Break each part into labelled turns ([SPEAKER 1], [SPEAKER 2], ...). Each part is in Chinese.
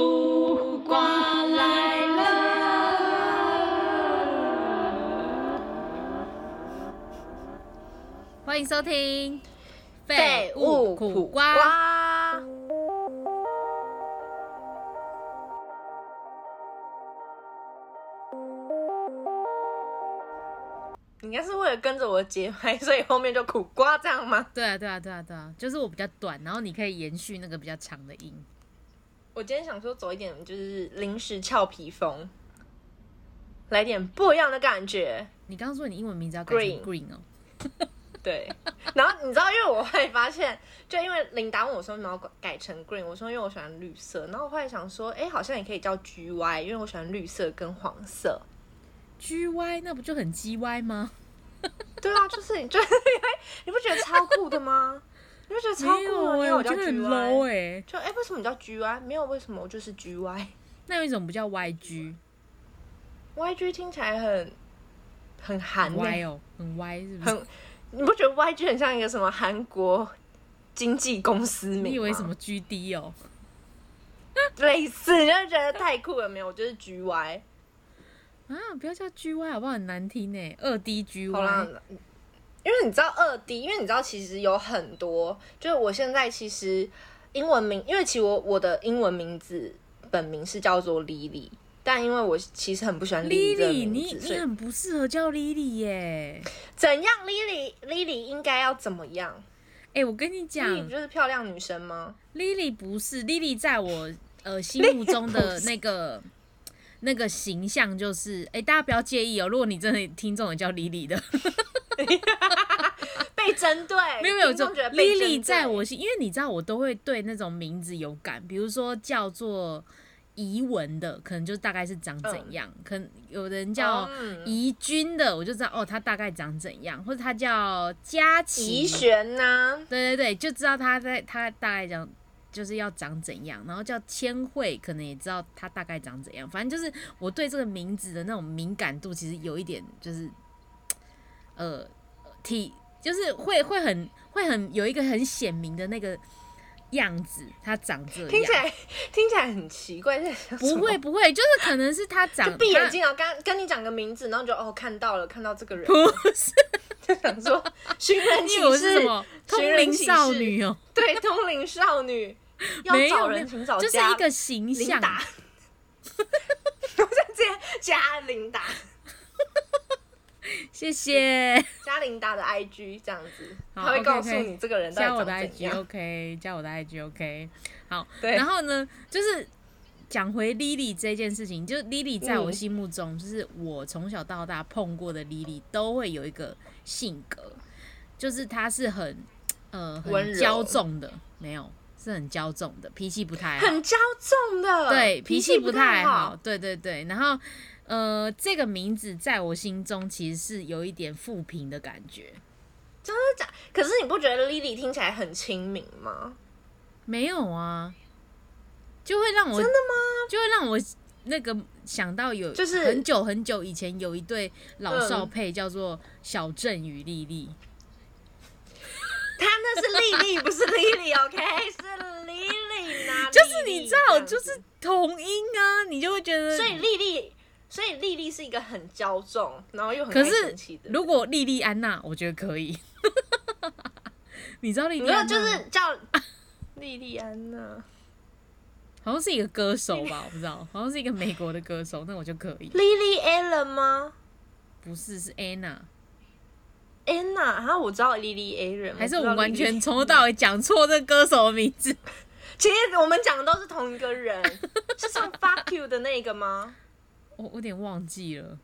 [SPEAKER 1] 苦瓜来了。
[SPEAKER 2] 欢迎收听《
[SPEAKER 1] 废物苦瓜》。
[SPEAKER 3] 你应该是为了跟着我节拍，所以后面就苦瓜这样吗？
[SPEAKER 2] 对啊，对啊，对啊，对啊，就是我比较短，然后你可以延续那个比较长的音。
[SPEAKER 3] 我今天想说走一点就是临时俏皮风，来点不一样的感觉。
[SPEAKER 2] 你刚刚说你英文名字要改成
[SPEAKER 3] Green
[SPEAKER 2] Green 哦，
[SPEAKER 3] 对，然后你知道，因为我会发现，就因为琳达问我说你要改成 green，我说因为我喜欢绿色，然后我后来想说，哎，好像也可以叫 GY，因为我喜欢绿色跟黄色。
[SPEAKER 2] G Y 那不就很 G Y 吗？
[SPEAKER 3] 对啊，就是你觉 得你不觉得超酷的吗？你不觉得超
[SPEAKER 2] 没
[SPEAKER 3] 酷的？因
[SPEAKER 2] 有哎、
[SPEAKER 3] 为
[SPEAKER 2] 我
[SPEAKER 3] 叫
[SPEAKER 2] 觉得很
[SPEAKER 3] GY，、
[SPEAKER 2] low 哎、
[SPEAKER 3] 就哎为什么你叫 GY？没有为什么，我就是 GY。
[SPEAKER 2] 那有一种不叫 Y G
[SPEAKER 3] YG 听起来很很韩呢、
[SPEAKER 2] Y 哦，很 Y 是不是？
[SPEAKER 3] 很你不觉得 YG 很像一个什么韩国经纪公司名吗？
[SPEAKER 2] 你以为什么 G D 哦？
[SPEAKER 3] 类似？你就觉得太酷了没有？我就是 GY。
[SPEAKER 2] 啊，不要叫 G Y 好不好？很难听哎、二 D G
[SPEAKER 3] 好啦
[SPEAKER 2] Y，，
[SPEAKER 3] 因为你知道二 D，因为你知道其实有很多，就是我现在其实英文名，因为其实我我的英文名字本名是叫做 Lily，但因为我其实很不喜欢 Lily 这个
[SPEAKER 2] Lily，你
[SPEAKER 3] 名字，所
[SPEAKER 2] 你
[SPEAKER 3] 以
[SPEAKER 2] 很不适合叫 Lily 耶、
[SPEAKER 3] 怎样 Lily Lily 应该要怎么样？
[SPEAKER 2] 哎、我跟你讲
[SPEAKER 3] Lily 不就是漂亮女生吗？
[SPEAKER 2] ，Lily 不是 Lily，在我呃心目中的那个那个形象就是，哎、大家不要介意哦。如果你真的听众也叫 Lily
[SPEAKER 3] 哎
[SPEAKER 2] 的，
[SPEAKER 3] 被针对，
[SPEAKER 2] 没有没有，
[SPEAKER 3] 听
[SPEAKER 2] 就
[SPEAKER 3] 众觉得被针
[SPEAKER 2] Lily
[SPEAKER 3] 对
[SPEAKER 2] 在我心，因为你知道我都会对那种名字有感，比如说叫做怡文的，可能就大概是长怎样，可能有人叫
[SPEAKER 3] 嗯
[SPEAKER 2] 怡君的，我就知道哦，他大概长怎样，或者他叫佳琪
[SPEAKER 3] 怡璇啊呐、
[SPEAKER 2] 对对对，就知道他在他大概讲就是要长怎样，然后叫千惠，可能也知道他大概长怎样。反正就是我对这个名字的那种敏感度，其实有一点就是，呃，体就是会会很会很有一个很显明的那个样子，他长这
[SPEAKER 3] 听起
[SPEAKER 2] 样。
[SPEAKER 3] 来 听起来很奇怪，在想什
[SPEAKER 2] 不
[SPEAKER 3] 么
[SPEAKER 2] 会不会，就是可能是他长
[SPEAKER 3] 闭眼
[SPEAKER 2] 嗯他
[SPEAKER 3] 睛，然后跟跟你讲个名字，然后你就哦看到了，看到这个人，
[SPEAKER 2] 不是，
[SPEAKER 3] 就想说寻人启
[SPEAKER 2] 因为我是
[SPEAKER 3] 事
[SPEAKER 2] 什么，通
[SPEAKER 3] 寻人
[SPEAKER 2] 灵
[SPEAKER 3] 启
[SPEAKER 2] 少
[SPEAKER 3] 事
[SPEAKER 2] 女哦、
[SPEAKER 3] 对，通灵少女 要
[SPEAKER 2] 没有
[SPEAKER 3] 找
[SPEAKER 2] 没有
[SPEAKER 3] 人请找
[SPEAKER 2] 就是
[SPEAKER 3] 家
[SPEAKER 2] 一个形
[SPEAKER 3] 琳
[SPEAKER 2] 象。
[SPEAKER 3] 达，我就直接加琳 达，
[SPEAKER 2] 谢谢。
[SPEAKER 3] 加琳达的 IG 这样子，
[SPEAKER 2] 好
[SPEAKER 3] 他会
[SPEAKER 2] OK，
[SPEAKER 3] 告诉
[SPEAKER 2] OK
[SPEAKER 3] 你这个人到
[SPEAKER 2] 加我
[SPEAKER 3] 底
[SPEAKER 2] 的
[SPEAKER 3] 长怎
[SPEAKER 2] IG
[SPEAKER 3] 样。
[SPEAKER 2] OK，加我的 IG OK。好，
[SPEAKER 3] 对
[SPEAKER 2] 然后呢，就是讲回 Lily 这件事情，就是 Lily 在我
[SPEAKER 3] 嗯
[SPEAKER 2] 心目中，就是我从小到大碰过的 Lily 都会有一个性格，就是她是很呃
[SPEAKER 3] 温
[SPEAKER 2] 很
[SPEAKER 3] 柔
[SPEAKER 2] 骄纵的，没有是很骄纵的，脾气不太好。
[SPEAKER 3] 很骄纵的，
[SPEAKER 2] 对，脾气
[SPEAKER 3] 气
[SPEAKER 2] 不
[SPEAKER 3] 太
[SPEAKER 2] 太好，。对对对。然后，呃，这个名字在我心中其实是有一点负评的感觉。
[SPEAKER 3] 可是你不觉得 Lily 听起来很亲民吗？
[SPEAKER 2] 没有啊，就会让我真的吗？就会让我那个想到有，
[SPEAKER 3] 就是
[SPEAKER 2] 很久很久以前有一对老
[SPEAKER 3] 嗯
[SPEAKER 2] 少配叫做小郑与丽丽，
[SPEAKER 3] 他那是丽丽，不是 Lily，OK，、是 Lily 呢？
[SPEAKER 2] 就是你知道，
[SPEAKER 3] Lily 这样
[SPEAKER 2] 就
[SPEAKER 3] 子
[SPEAKER 2] 是同音啊，你就会觉得。
[SPEAKER 3] 所以丽丽，所以丽丽是一个很骄纵，然后又很
[SPEAKER 2] 可
[SPEAKER 3] 爱
[SPEAKER 2] 是
[SPEAKER 3] 生气的人。
[SPEAKER 2] 如果莉莉安娜，我觉得可以。 你知道莉
[SPEAKER 3] 你
[SPEAKER 2] 莉
[SPEAKER 3] 没有
[SPEAKER 2] 安娜
[SPEAKER 3] 就是叫 莉莉安娜，
[SPEAKER 2] 好像是一个歌手 吧，我不知道，好像是一个美国的歌手，那我就可以。
[SPEAKER 3] 莉莉 Allen 吗
[SPEAKER 2] 不是，是 Anna，
[SPEAKER 3] ？Anna，啊，我知道莉莉 Allen，
[SPEAKER 2] 还是
[SPEAKER 3] 我不
[SPEAKER 2] 我
[SPEAKER 3] 知道
[SPEAKER 2] 们完
[SPEAKER 3] Lily-
[SPEAKER 2] 全从头到尾讲错这歌手的名字？
[SPEAKER 3] 其实我们讲的都是同一个人，是唱 Fuck You 的那个吗？
[SPEAKER 2] 我我有点忘记了，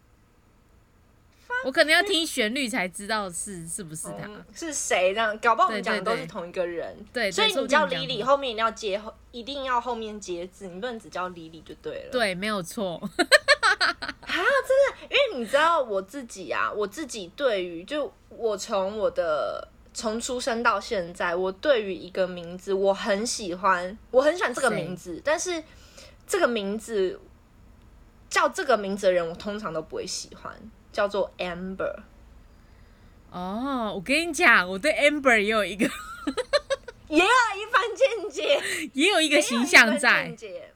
[SPEAKER 2] 我可能要听旋律才知道是是不是他。
[SPEAKER 3] 嗯是谁这样？搞不好我们
[SPEAKER 2] 对
[SPEAKER 3] 讲的都
[SPEAKER 2] 对
[SPEAKER 3] 是
[SPEAKER 2] 对
[SPEAKER 3] 同一个人。
[SPEAKER 2] 对对
[SPEAKER 3] 所以
[SPEAKER 2] 说不
[SPEAKER 3] 你
[SPEAKER 2] 定
[SPEAKER 3] 叫
[SPEAKER 2] 讲
[SPEAKER 3] Lily
[SPEAKER 2] 的
[SPEAKER 3] 后面一定要接后，一定要后面接字，你不能只叫 Lily 就对了。
[SPEAKER 2] 对，没有错。
[SPEAKER 3] 因为你知道我自己啊，我自己对于就我从我的从出生到现在，我对于一个名字我很喜欢，我很喜欢这个名字，但是这个名字叫这个名字的人，我通常都不会喜欢，叫做 Amber。
[SPEAKER 2] 哦，我跟你讲，我对 Amber 也有一个
[SPEAKER 3] 也有一番见解，
[SPEAKER 2] 也有一个形象在，
[SPEAKER 3] 也有一番见解。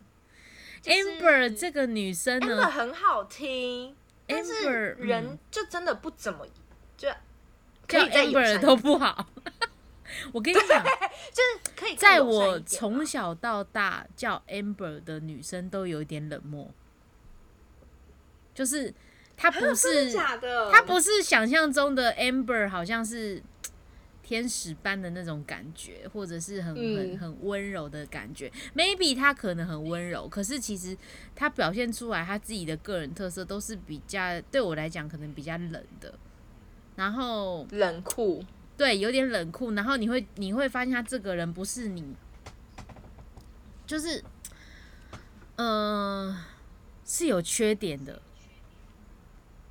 [SPEAKER 3] 就是
[SPEAKER 2] Amber 这个女生
[SPEAKER 3] Amber
[SPEAKER 2] 呢
[SPEAKER 3] 很好听，但是
[SPEAKER 2] ，Amber 嗯
[SPEAKER 3] 人就真的不怎么就可
[SPEAKER 2] 叫
[SPEAKER 3] 以再友
[SPEAKER 2] Amber
[SPEAKER 3] 善
[SPEAKER 2] 的
[SPEAKER 3] 一
[SPEAKER 2] 都
[SPEAKER 3] 点，
[SPEAKER 2] 不好。 我跟你讲，
[SPEAKER 3] 就是可以更
[SPEAKER 2] 在
[SPEAKER 3] 友善
[SPEAKER 2] 我
[SPEAKER 3] 一点啊
[SPEAKER 2] 从
[SPEAKER 3] 嘛
[SPEAKER 2] 小到大叫 Amber 的女生都有一点冷漠，就是她不
[SPEAKER 3] 啊真
[SPEAKER 2] 是
[SPEAKER 3] 的假的，
[SPEAKER 2] 她不是想象中的 Amber，好像是天使般的那种感觉，或者是很很
[SPEAKER 3] 嗯
[SPEAKER 2] 很温柔的感觉。Maybe 她可能很温柔，可是其实她表现出来她自己的个人特色都是比较对我来讲可能比较冷的，然后
[SPEAKER 3] 冷酷，
[SPEAKER 2] 对，有点冷酷，然后你会你会发现他这个人不是你，就是，嗯、是有缺点的，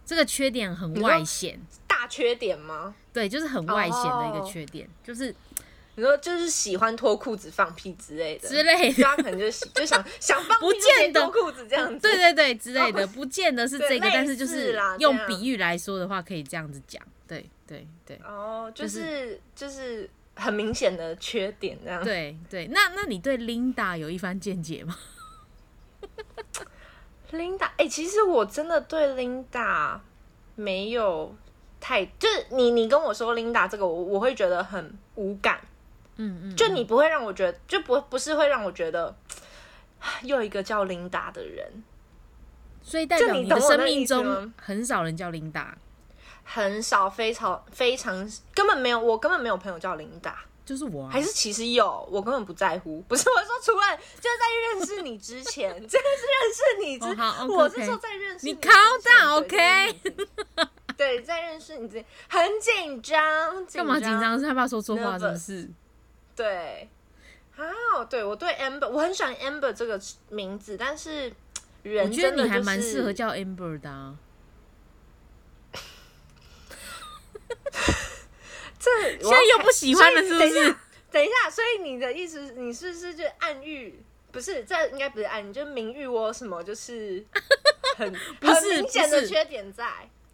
[SPEAKER 2] 这个缺点很
[SPEAKER 3] 你说
[SPEAKER 2] 外显，
[SPEAKER 3] 大缺点吗？
[SPEAKER 2] 对，就是很外显的一个
[SPEAKER 3] 哦
[SPEAKER 2] 缺点，就是
[SPEAKER 3] 你说就是喜欢脱裤子放屁之类的
[SPEAKER 2] 之类的，
[SPEAKER 3] 他可能就喜就想想放屁
[SPEAKER 2] 不
[SPEAKER 3] 就直接
[SPEAKER 2] 见得
[SPEAKER 3] 脱裤子这样子，
[SPEAKER 2] 对对对之类的，
[SPEAKER 3] 哦
[SPEAKER 2] 不见得是这
[SPEAKER 3] 对
[SPEAKER 2] 个，但
[SPEAKER 3] 类
[SPEAKER 2] 是就
[SPEAKER 3] 似
[SPEAKER 2] 是
[SPEAKER 3] 啦这
[SPEAKER 2] 用
[SPEAKER 3] 样
[SPEAKER 2] 比喻来说的话，可以这样子讲，对对对。
[SPEAKER 3] 哦，就
[SPEAKER 2] 就是
[SPEAKER 3] 是就是很明显的缺点这样，
[SPEAKER 2] 对对，那那你对 Linda 有一番见 解吗？
[SPEAKER 3] Linda，哎、其实我真的对 Linda 没有太，就是你你跟我说 Linda 这个，我我会觉得很无感，
[SPEAKER 2] 嗯嗯，
[SPEAKER 3] 就你不会让我觉得，就不不是会让我觉得又一个叫 Linda 的人，
[SPEAKER 2] 所以代
[SPEAKER 3] 就
[SPEAKER 2] 表
[SPEAKER 3] 你
[SPEAKER 2] 你的
[SPEAKER 3] 懂我
[SPEAKER 2] 生
[SPEAKER 3] 那
[SPEAKER 2] 命
[SPEAKER 3] 意思
[SPEAKER 2] 中
[SPEAKER 3] 吗
[SPEAKER 2] 很少人叫琳达，
[SPEAKER 3] 很少，非常非常根本没有，我根本没有朋友叫 Linda，
[SPEAKER 2] 就是我、啊。
[SPEAKER 3] 还是其实有，我根本不在乎，不是我是说除了就是在认识你之前， 真的是认识你之，
[SPEAKER 2] 哦好
[SPEAKER 3] 我
[SPEAKER 2] OK，OK
[SPEAKER 3] 是说在认识
[SPEAKER 2] 你
[SPEAKER 3] 你
[SPEAKER 2] calm
[SPEAKER 3] 之前
[SPEAKER 2] down，
[SPEAKER 3] 对在认识你之前对，在认识你之前很紧张，
[SPEAKER 2] 干嘛紧？张？是害怕说错话是不是？
[SPEAKER 3] 对，啊，对我对 Amber，我很喜欢 Amber 这个名字，但是
[SPEAKER 2] 我
[SPEAKER 3] 人
[SPEAKER 2] 觉
[SPEAKER 3] 真
[SPEAKER 2] 得
[SPEAKER 3] 的
[SPEAKER 2] 你还
[SPEAKER 3] 就
[SPEAKER 2] 蛮
[SPEAKER 3] 是
[SPEAKER 2] 适合叫 Amber 的、啊，
[SPEAKER 3] 这，
[SPEAKER 2] 现在又不喜欢了
[SPEAKER 3] 所以
[SPEAKER 2] 是不是
[SPEAKER 3] 等一下？等一下，所以你的意思，你是不是就暗喻？不是，这应该不是暗喻，就是明喻我什么，就是很
[SPEAKER 2] 不是
[SPEAKER 3] 很明显
[SPEAKER 2] 不
[SPEAKER 3] 的
[SPEAKER 2] 是
[SPEAKER 3] 缺点在，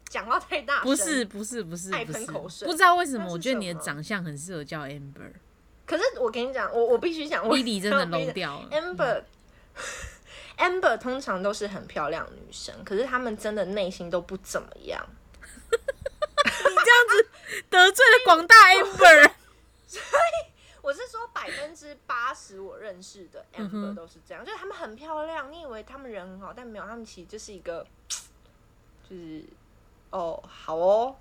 [SPEAKER 3] 讲话太大声
[SPEAKER 2] 不是？不是不是
[SPEAKER 3] 爱
[SPEAKER 2] 不
[SPEAKER 3] 喷
[SPEAKER 2] 是，
[SPEAKER 3] 口水
[SPEAKER 2] 不知道为什么，
[SPEAKER 3] 那是
[SPEAKER 2] 我觉得
[SPEAKER 3] 什
[SPEAKER 2] 你的
[SPEAKER 3] 么
[SPEAKER 2] 长相很适合叫 Amber。
[SPEAKER 3] 可是我跟你讲，我我必须讲，我
[SPEAKER 2] Lily 真的
[SPEAKER 3] 我必须
[SPEAKER 2] low 掉了，
[SPEAKER 3] Amber、Amber 通常都是很漂亮的女生，可是她们真的内心都不怎么样。
[SPEAKER 2] 得罪了 广大 Amber。
[SPEAKER 3] 我是说百分之八十我认识的
[SPEAKER 2] 嗯哼
[SPEAKER 3] Amber 都是这样，就是她们很漂亮，你以为她们人很好，但没有，她们其实就是一个，就是哦，好哦，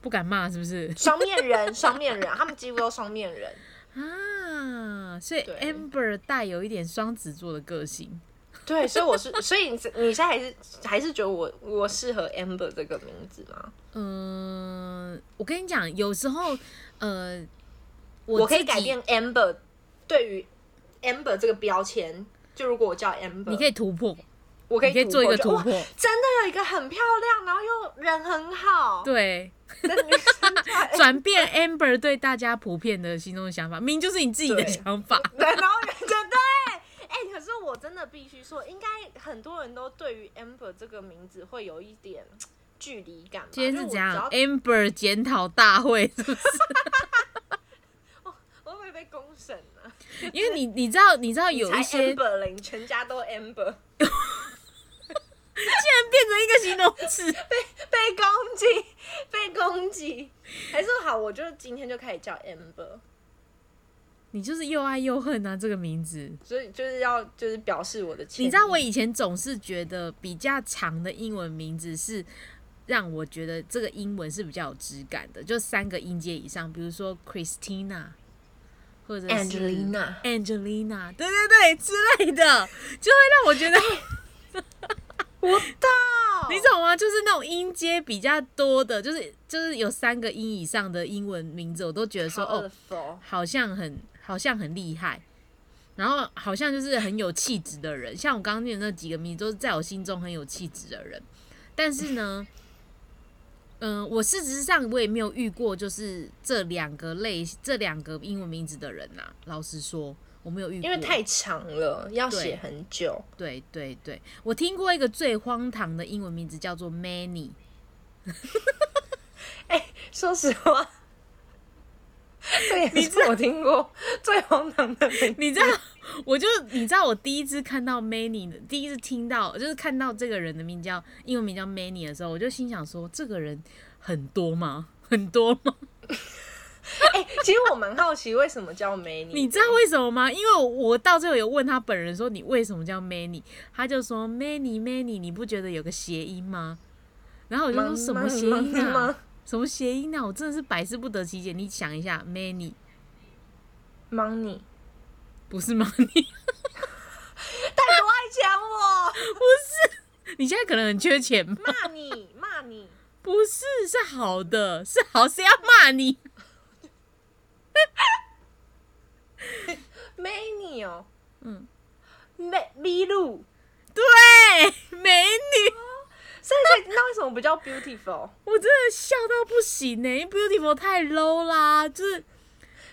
[SPEAKER 2] 不敢骂是不是
[SPEAKER 3] 双面人，双面人，她们几乎都双面人。
[SPEAKER 2] 啊？所以
[SPEAKER 3] 对
[SPEAKER 2] Amber 带有一点双子座的个性，
[SPEAKER 3] 对，所以我是，所以你你现在还是还是觉得我我适合 Amber 这个名字吗？
[SPEAKER 2] 嗯、我跟你讲，有时候呃，
[SPEAKER 3] 我
[SPEAKER 2] 我
[SPEAKER 3] 可以
[SPEAKER 2] 自
[SPEAKER 3] 改
[SPEAKER 2] 己
[SPEAKER 3] 变 Amber 对于 Amber 这个标签，就如果我叫 Amber，
[SPEAKER 2] 你可以突破，
[SPEAKER 3] 我可以
[SPEAKER 2] 你可以做一个
[SPEAKER 3] 就
[SPEAKER 2] 突
[SPEAKER 3] 哇
[SPEAKER 2] 破，
[SPEAKER 3] 真的有一个很漂亮，然后又人很好，
[SPEAKER 2] 对，
[SPEAKER 3] 的女生叫 Amber
[SPEAKER 2] 转变 Amber 对大家普遍的心中的想法，明明就是你自己的
[SPEAKER 3] 对
[SPEAKER 2] 想法。
[SPEAKER 3] 对，然后人就对，哎、可是我真的必须说，应该很多人都对于 Amber 这个名字会有一点距离感吧。
[SPEAKER 2] 今天
[SPEAKER 3] 就是我
[SPEAKER 2] 怎
[SPEAKER 3] 只
[SPEAKER 2] 样哎
[SPEAKER 3] 要
[SPEAKER 2] ？Amber 检讨大会是不是？
[SPEAKER 3] 我会不会被公审呢、
[SPEAKER 2] 因为你你知道你知道有
[SPEAKER 3] 才
[SPEAKER 2] 一些
[SPEAKER 3] Amber 嘞，你全家都 Amber，
[SPEAKER 2] 竟然变成一个形容词，
[SPEAKER 3] 被攻击，被攻击。还是好，我就今天就开始叫 Amber，
[SPEAKER 2] 你就是又爱又恨啊这个名字。
[SPEAKER 3] 所以就是要就是表示我的歉意。
[SPEAKER 2] 你知道我以前总是觉得比较长的英文名字是让我觉得这个英文是比较有质感的，就三个音节以上，比如说 Christina 或者是
[SPEAKER 3] Angelina
[SPEAKER 2] Angelina，对对对之类的，就会让我觉得
[SPEAKER 3] 我到，
[SPEAKER 2] 你懂吗？就是那种音阶比较多的，就是就是有三个音以上的英文名字，我都觉得说哦，
[SPEAKER 3] 哦，
[SPEAKER 2] 好像很好像很厉害，然后好像就是很有气质的人。像我刚刚念的那几个名字，都是在我心中很有气质的人。但是呢，嗯、我事实上我也没有遇过，就是这两个类这两个英文名字的人呐、老实说，我没有遇过，
[SPEAKER 3] 因为太长了，要
[SPEAKER 2] 对
[SPEAKER 3] 写很久。
[SPEAKER 2] 对对对，我听过一个最荒唐的英文名字叫做 Many。
[SPEAKER 3] 说实话，这也是我听过最荒唐的名字。
[SPEAKER 2] 你知道， 我就你知道，我第一次看到 Many 的，第一次听到就是看到这个人的名叫英文名叫 Many 的时候，我就心想说，这个人很多吗？ 很多吗？
[SPEAKER 3] 哎、其实我蛮好奇为什么叫 Many，
[SPEAKER 2] 你知道为什么吗？因为我到最后有问他本人说你为什么叫 Many，他就说 Many Many，你不觉得有个谐音吗？然后我就说
[SPEAKER 3] 忙
[SPEAKER 2] 什么
[SPEAKER 3] 忙
[SPEAKER 2] 谐音
[SPEAKER 3] 忙忙
[SPEAKER 2] 啊？什么谐音啊？我真的是百思不得其解。你想一下，Many
[SPEAKER 3] Money，
[SPEAKER 2] 不是 money，
[SPEAKER 3] 太多爱讲我，
[SPEAKER 2] 你现在可能很缺钱吧？
[SPEAKER 3] 骂你骂你，
[SPEAKER 2] 不是，是好的，是好，谁要骂你？
[SPEAKER 3] 美女哦，
[SPEAKER 2] 嗯，
[SPEAKER 3] 美迷路，
[SPEAKER 2] 对，美女，
[SPEAKER 3] 所以所以那为什么不叫 Beautiful？
[SPEAKER 2] 我真的笑到不行呢、欸因为 beautiful 太 low 啦，就是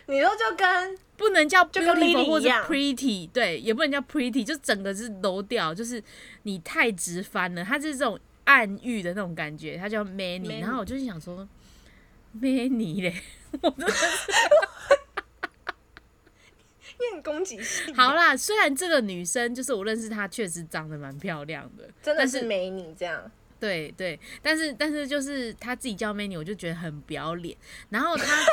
[SPEAKER 3] 你说就跟
[SPEAKER 2] 不能叫
[SPEAKER 3] 就跟 Lily
[SPEAKER 2] beautiful 或
[SPEAKER 3] 一
[SPEAKER 2] 者
[SPEAKER 3] 样
[SPEAKER 2] pretty，对，也不能叫 pretty，就整个是 low 掉，就是你太直翻了，它是这种暗喻的那种感觉，它叫 many，
[SPEAKER 3] Many
[SPEAKER 2] 然后我就是想说 many 嘞，我真的
[SPEAKER 3] 你很攻击性，
[SPEAKER 2] 好啦，虽然这个女生就是我认识她，确实长得蛮漂亮的，
[SPEAKER 3] 真的
[SPEAKER 2] 但
[SPEAKER 3] 是美女这样。
[SPEAKER 2] 对对，但是但是就是他自己叫 menu，我就觉得很不要脸。然后 他，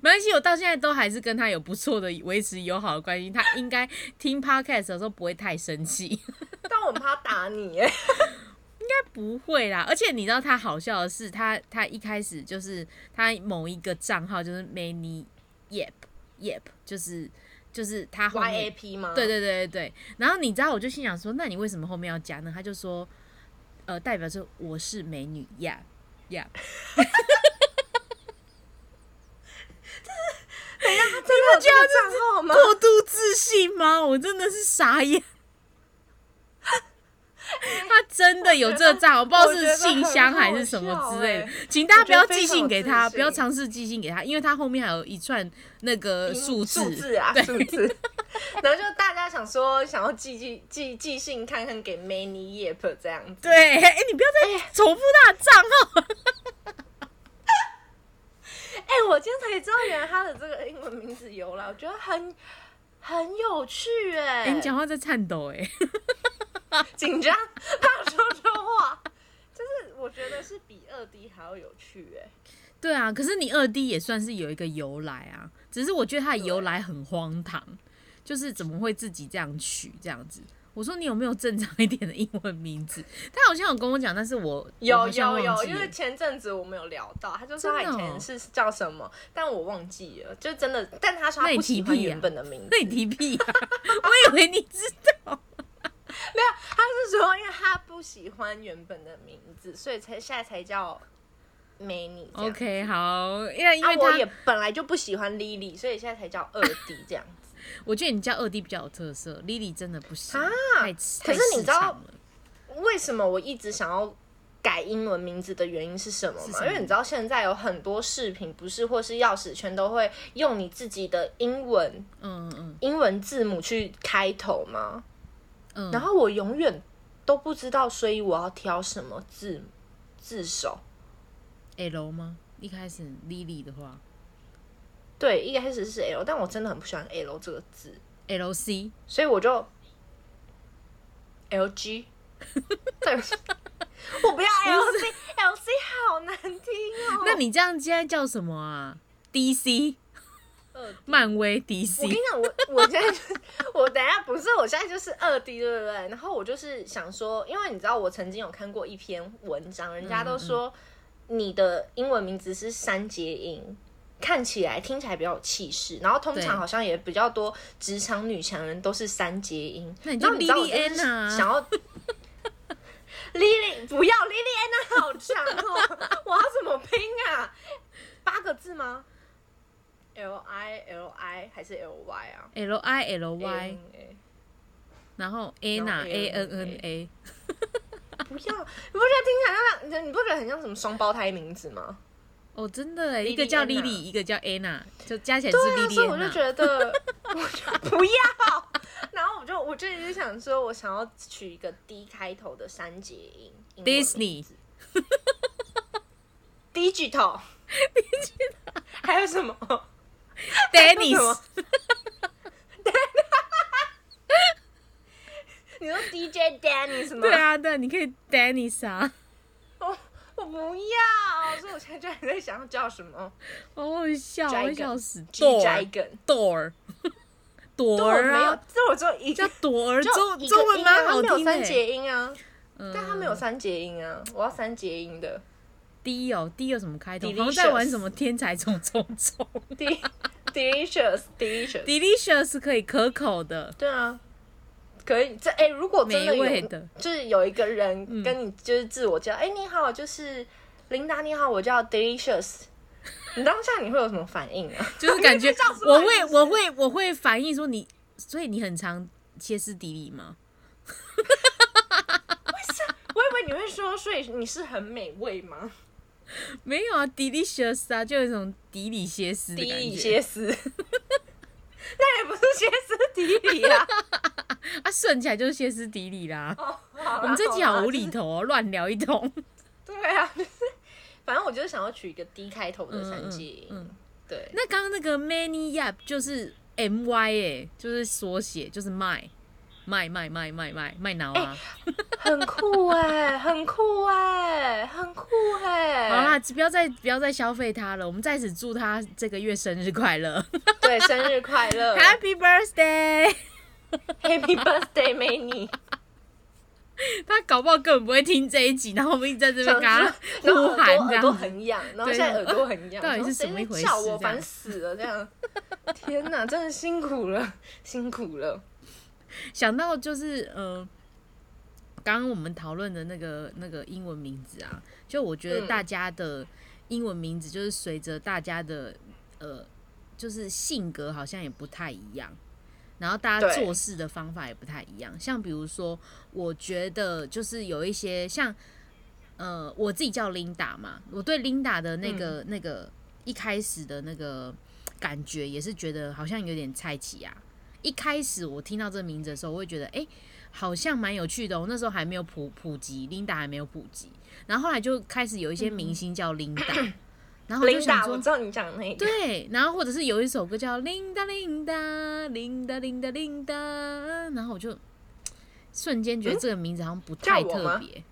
[SPEAKER 2] 没关系，我到现在都还是跟他有不错的维持友好的关系。他应该听 podcast 的时候不会太生气， 应
[SPEAKER 3] 但我很怕打你 哎，
[SPEAKER 2] 该不会啦。而且你知道他好笑的是，他他一开始就是他某一个账号就是 many yep yep，就是就是他后
[SPEAKER 3] y
[SPEAKER 2] 面
[SPEAKER 3] A P 吗？
[SPEAKER 2] 对对对对对。然后你知道，我就心想说，那你为什么后面要加呢？他就说，呃，代表说我是美女呀呀。
[SPEAKER 3] 他真的有这个账号吗？
[SPEAKER 2] 过度自信吗？我真的是傻眼。 他真的有这账，我不知道是信箱还是什么之类
[SPEAKER 3] 我觉得
[SPEAKER 2] 的
[SPEAKER 3] 很好，
[SPEAKER 2] 请大家不要
[SPEAKER 3] 我觉得
[SPEAKER 2] 寄信给
[SPEAKER 3] 非常有
[SPEAKER 2] 他，
[SPEAKER 3] 自信
[SPEAKER 2] 不要尝试寄信给他，因为他后面还有一串那个嗯数字。
[SPEAKER 3] 数字啊，数字。 然后就大家想说，想要寄寄寄寄信看看给 Many Yep 这样子。
[SPEAKER 2] 对，哎、你不要再重复他的账号。
[SPEAKER 3] 哎、我今天才知道，原来他的这个英文名字由来，我觉得很很有趣哎、
[SPEAKER 2] 哎、你讲话在颤抖哎、
[SPEAKER 3] 紧张，怕说错 话，就是我觉得是比二 D 还要有趣哎、
[SPEAKER 2] 对啊，可是你二 D 也算是有一个由来啊，只是我觉得它的由来很荒唐，就是怎么会自己这样取这样子？我说你有没有正常一点的英文名字？他好像有跟我讲，但是我我
[SPEAKER 3] 有
[SPEAKER 2] 好像
[SPEAKER 3] 有有，
[SPEAKER 2] 忘记
[SPEAKER 3] 因
[SPEAKER 2] 了
[SPEAKER 3] 为前阵子我们有聊到，他就说他以
[SPEAKER 2] 真的哦
[SPEAKER 3] 前是叫什么，但我忘记了，就真的，但他说
[SPEAKER 2] 那
[SPEAKER 3] 他
[SPEAKER 2] 你
[SPEAKER 3] 不喜
[SPEAKER 2] 提
[SPEAKER 3] 欢
[SPEAKER 2] 屁啊
[SPEAKER 3] 原本的名字，
[SPEAKER 2] 那你提屁啊！ 我以为你知道，
[SPEAKER 3] 没有，他是说因为他不喜欢原本的名字，所以才现在才叫美女这样。
[SPEAKER 2] OK，好，因为因
[SPEAKER 3] 啊
[SPEAKER 2] 为，
[SPEAKER 3] 我
[SPEAKER 2] 他，
[SPEAKER 3] 也本来就不喜欢 Lily，所以现在才叫二 D 这样子。
[SPEAKER 2] 我觉得你叫二 D 比较有特色，Lily 真的不行，
[SPEAKER 3] 啊
[SPEAKER 2] 太
[SPEAKER 3] 可
[SPEAKER 2] 太
[SPEAKER 3] 是你
[SPEAKER 2] 市
[SPEAKER 3] 知道
[SPEAKER 2] 场了。
[SPEAKER 3] 为什么我一直想要改英文名字的原因是什么
[SPEAKER 2] 是
[SPEAKER 3] 吗？
[SPEAKER 2] 什么
[SPEAKER 3] 因为你知道现在有很多饰品，不是或是钥匙圈都会用你自己的英文
[SPEAKER 2] 嗯嗯
[SPEAKER 3] 英文字母去开头吗？
[SPEAKER 2] 嗯，
[SPEAKER 3] 然后我永远都不知道，所以我要挑什么字字首。
[SPEAKER 2] L 吗？一开始 Lily 的话
[SPEAKER 3] 对，一开始是 L，但我真的很不喜欢 L 这个字。
[SPEAKER 2] ，LC
[SPEAKER 3] 所以我就 L G，对， 我不要 L C，L C 好难听哦。
[SPEAKER 2] 那你这样现在叫什么啊？DC
[SPEAKER 3] 二 D
[SPEAKER 2] 漫威
[SPEAKER 3] 我跟你
[SPEAKER 2] DC
[SPEAKER 3] 讲，我我现在就是我等一下不是，我现在就是二 D，对不对？然后我就是想说，因为你知道，我曾经有看过一篇文章，人家都说你的英文名字是三节音。看起来听起来比较有气势，然后通
[SPEAKER 2] 对
[SPEAKER 3] 常好像也比较多职场女强人都是三节音。
[SPEAKER 2] 那你就
[SPEAKER 3] 然后你知道我
[SPEAKER 2] Lily
[SPEAKER 3] 就是
[SPEAKER 2] Ann 啊
[SPEAKER 3] 想 要 Lily 不要 Lily Anna 啊好长哦， 我要怎么拼啊？八个字吗？L I L I 还是 L Y 啊嗯欸
[SPEAKER 2] L I L Y，
[SPEAKER 3] N A
[SPEAKER 2] 然后 A
[SPEAKER 3] 然
[SPEAKER 2] 哪
[SPEAKER 3] 后
[SPEAKER 2] A N
[SPEAKER 3] A
[SPEAKER 2] N A，
[SPEAKER 3] 不要，你不觉得听起来就像你不觉得很像什么双胞胎名字吗？
[SPEAKER 2] 哦，真的耶，
[SPEAKER 3] Lily
[SPEAKER 2] 一个叫
[SPEAKER 3] Anna
[SPEAKER 2] Lily，一个叫 Anna，就加起来是
[SPEAKER 3] 对啊，所以
[SPEAKER 2] Lily
[SPEAKER 3] 我就
[SPEAKER 2] Anna。
[SPEAKER 3] 觉得， 我就不要。 然后我就我就一直想说，我想要取一个 D 开头的三节音。英文名字
[SPEAKER 2] Disney
[SPEAKER 3] digital，digital，还有什么
[SPEAKER 2] Dennis，
[SPEAKER 3] 你说 DJ Dennis 吗？
[SPEAKER 2] 对啊，对，你可以 Dennis 啊，
[SPEAKER 3] 我我不要，所以我现在就还在想要叫什么
[SPEAKER 2] 好好笑，我
[SPEAKER 3] Dragon
[SPEAKER 2] 会笑死。
[SPEAKER 3] G Dragon。
[SPEAKER 2] door
[SPEAKER 3] 对，
[SPEAKER 2] 朵
[SPEAKER 3] 我
[SPEAKER 2] 儿
[SPEAKER 3] 没有
[SPEAKER 2] 啊，，
[SPEAKER 3] 这我只有一
[SPEAKER 2] 叫
[SPEAKER 3] 个，
[SPEAKER 2] 朵儿，
[SPEAKER 3] 就
[SPEAKER 2] 中
[SPEAKER 3] 一个
[SPEAKER 2] 中文
[SPEAKER 3] 音
[SPEAKER 2] 蛮
[SPEAKER 3] 啊它
[SPEAKER 2] 好
[SPEAKER 3] 没有
[SPEAKER 2] 听的
[SPEAKER 3] 三
[SPEAKER 2] 欸。
[SPEAKER 3] 节音啊，
[SPEAKER 2] 嗯
[SPEAKER 3] 但它没有三节音啊，我要三节音的。
[SPEAKER 2] D 哦，D 有什么开头？好像在玩什么天才虫虫虫。
[SPEAKER 3] D- delicious delicious，
[SPEAKER 2] Delicious 可以可口的，
[SPEAKER 3] 对啊，可以。这哎、如果真的
[SPEAKER 2] 美味
[SPEAKER 3] 有
[SPEAKER 2] 的，
[SPEAKER 3] 就是有一个人跟你就是自我介绍，哎、你好，就是琳达，你好，我叫 delicious。你 当下你会有什么反应啊？
[SPEAKER 2] 就是感觉
[SPEAKER 3] 你叫什么
[SPEAKER 2] 我会
[SPEAKER 3] 是不是
[SPEAKER 2] 我会我会反应说你，所以你很常歇斯底里吗？
[SPEAKER 3] 我以为你会说，所以你是很美味吗？
[SPEAKER 2] 没有啊，delicious 啊，就有一种底里歇斯的
[SPEAKER 3] 迪
[SPEAKER 2] 感
[SPEAKER 3] 里
[SPEAKER 2] 觉
[SPEAKER 3] 歇斯， 那也不是歇斯底里啊。
[SPEAKER 2] 啊，顺起来就是歇斯底里啦。
[SPEAKER 3] 哦，好啦
[SPEAKER 2] 我们这集好无。
[SPEAKER 3] 啦
[SPEAKER 2] 厘头哦，乱聊一通。
[SPEAKER 3] 就是 对啊，就是反正我就是想要取一个 D 开头的三节音。
[SPEAKER 2] 嗯嗯
[SPEAKER 3] 对，
[SPEAKER 2] 那刚刚那个 many yap 就是 my 哎、就是缩写，就是卖卖卖卖卖卖卖脑啊。
[SPEAKER 3] 很酷哎、
[SPEAKER 2] 欸
[SPEAKER 3] 很酷哎、很酷哎、
[SPEAKER 2] 好啦，不要再不要再消费他了，我们在此祝他这个月生日快乐
[SPEAKER 3] 对，生日快 乐
[SPEAKER 2] ，Happy Birthday！
[SPEAKER 3] ，Happy Birthday Many。
[SPEAKER 2] 他搞不好根本不会听这一集，然后我们一直在这边跟他
[SPEAKER 3] 然后
[SPEAKER 2] 呼喊
[SPEAKER 3] 耳朵耳朵
[SPEAKER 2] 这样子。
[SPEAKER 3] 很痒，然后
[SPEAKER 2] 对啊
[SPEAKER 3] 现在耳朵很痒，
[SPEAKER 2] 到底是
[SPEAKER 3] 想说
[SPEAKER 2] 什么一回事
[SPEAKER 3] 谁在叫我
[SPEAKER 2] 这样
[SPEAKER 3] 烦死了，这样。 天哪，真的辛苦了，辛苦了。
[SPEAKER 2] 想到就是呃，刚刚我们讨论的那个那个英文名字啊，就我觉
[SPEAKER 3] 嗯
[SPEAKER 2] 得大家的英文名字就是随着大家的呃，就是性格好像也不太一样，然后大家
[SPEAKER 3] 对
[SPEAKER 2] 做事的方法也不太一样。像比如说，我觉得就是有一些像呃，我自己叫 Linda 嘛，我对 Linda 的那个、
[SPEAKER 3] 嗯
[SPEAKER 2] 那个一开始的那个感觉也是觉得好像有点菜奇啊。一开始我听到这个名字的时候，我会觉得哎、诶好像蛮有趣的、哦。那时候还没有普普及，Linda 还没有普及，然后后来就开始有一些明星叫 Linda，、然 后我就
[SPEAKER 3] 琳
[SPEAKER 2] 想
[SPEAKER 3] 达，
[SPEAKER 2] 说
[SPEAKER 3] 我知道你讲那个，
[SPEAKER 2] 对，然后或者是有一首歌叫《琳达琳达琳达琳达琳达》，然后我就瞬间觉得这个名字好像不太
[SPEAKER 3] 叫我
[SPEAKER 2] 特
[SPEAKER 3] 吗
[SPEAKER 2] 别，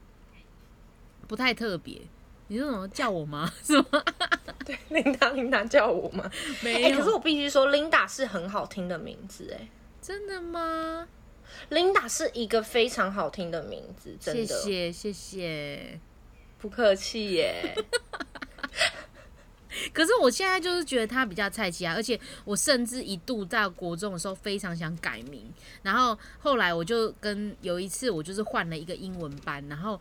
[SPEAKER 2] 不太特别。你说什么叫我吗？ 什么？
[SPEAKER 3] 琳达，琳达叫我吗？
[SPEAKER 2] 没
[SPEAKER 3] 哎、
[SPEAKER 2] 有？
[SPEAKER 3] 可是我必须说，琳达是很好听的名字、哎。
[SPEAKER 2] 真的吗？
[SPEAKER 3] 琳达是一个非常好听的名字，真
[SPEAKER 2] 谢
[SPEAKER 3] 的
[SPEAKER 2] 谢谢谢。
[SPEAKER 3] 不客气耶。
[SPEAKER 2] 可是我现在就是觉得他比较菜鸡啊，而且我甚至一度到国中的时候非常想改名，然后后来我就跟有一次我就是换了一个英文班，然后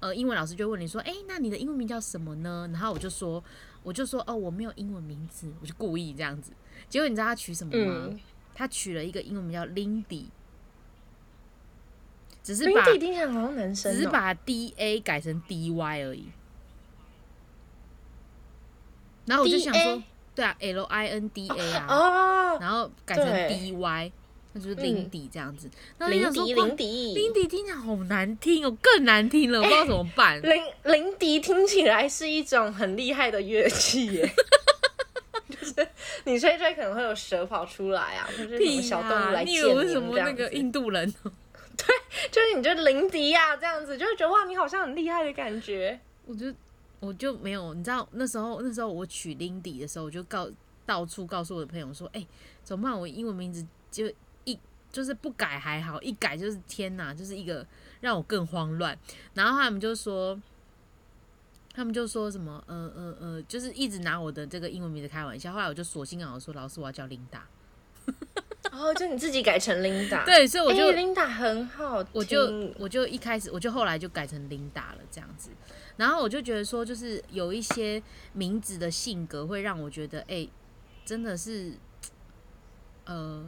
[SPEAKER 2] 呃英文老师就问你说，哎、那你的英文名叫什么呢？然后我就说我就说哦我没有英文名字，我就故意这样子。结果你知道他取什么吗？
[SPEAKER 3] 嗯
[SPEAKER 2] 他取了一个英文名叫 Lindy，只是
[SPEAKER 3] 林
[SPEAKER 2] 把
[SPEAKER 3] 迪听起来好像男生、
[SPEAKER 2] 只
[SPEAKER 3] 哦，
[SPEAKER 2] 是把 D A 改成 D Y 而已。然后我就想说
[SPEAKER 3] DA，
[SPEAKER 2] 对啊，L I N D A 啊，
[SPEAKER 3] 哦，
[SPEAKER 2] 然后改成
[SPEAKER 3] 对嗯
[SPEAKER 2] D Y，那就是林迪这样子。那
[SPEAKER 3] 林迪，林
[SPEAKER 2] 迪，
[SPEAKER 3] 迪，
[SPEAKER 2] 林迪听起来好难听哦，更难听了，我不知道怎么 办。
[SPEAKER 3] 林林迪听起来是一种很厉害的乐器 耶。就是你吹一吹可能会有蛇跑出来啊，或者是什
[SPEAKER 2] 屁
[SPEAKER 3] 么
[SPEAKER 2] 呀
[SPEAKER 3] 小动物来
[SPEAKER 2] 你
[SPEAKER 3] 见
[SPEAKER 2] 以为
[SPEAKER 3] 你
[SPEAKER 2] 什么
[SPEAKER 3] 这
[SPEAKER 2] 那
[SPEAKER 3] 样子
[SPEAKER 2] 个，印度人？
[SPEAKER 3] 就是你就林迪呀、这样子，就会觉得哇，你好像很厉害的感 觉。
[SPEAKER 2] 我就我就没有，你知道那时候那时候我娶 Lindy 的时候，我就告到处告诉我的朋友说，哎、怎么办？我英文名字就一就是不改还好，一改就是天哪，就是一个让我更慌乱。然后他们就说。他们就说什么，呃呃呃，就是一直拿我的这个英文名字开玩笑。后来我就索性跟老师说，老师我要叫琳达。
[SPEAKER 3] 然后哦就你自己改成琳达，
[SPEAKER 2] 对，所以我
[SPEAKER 3] 哎，
[SPEAKER 2] 就、
[SPEAKER 3] 琳达很好听，
[SPEAKER 2] 我就我就一开始我就后来就改成琳达了这样子，然后我就觉得说，就是有一些名字的性格会让我觉得，哎、真的是，呃，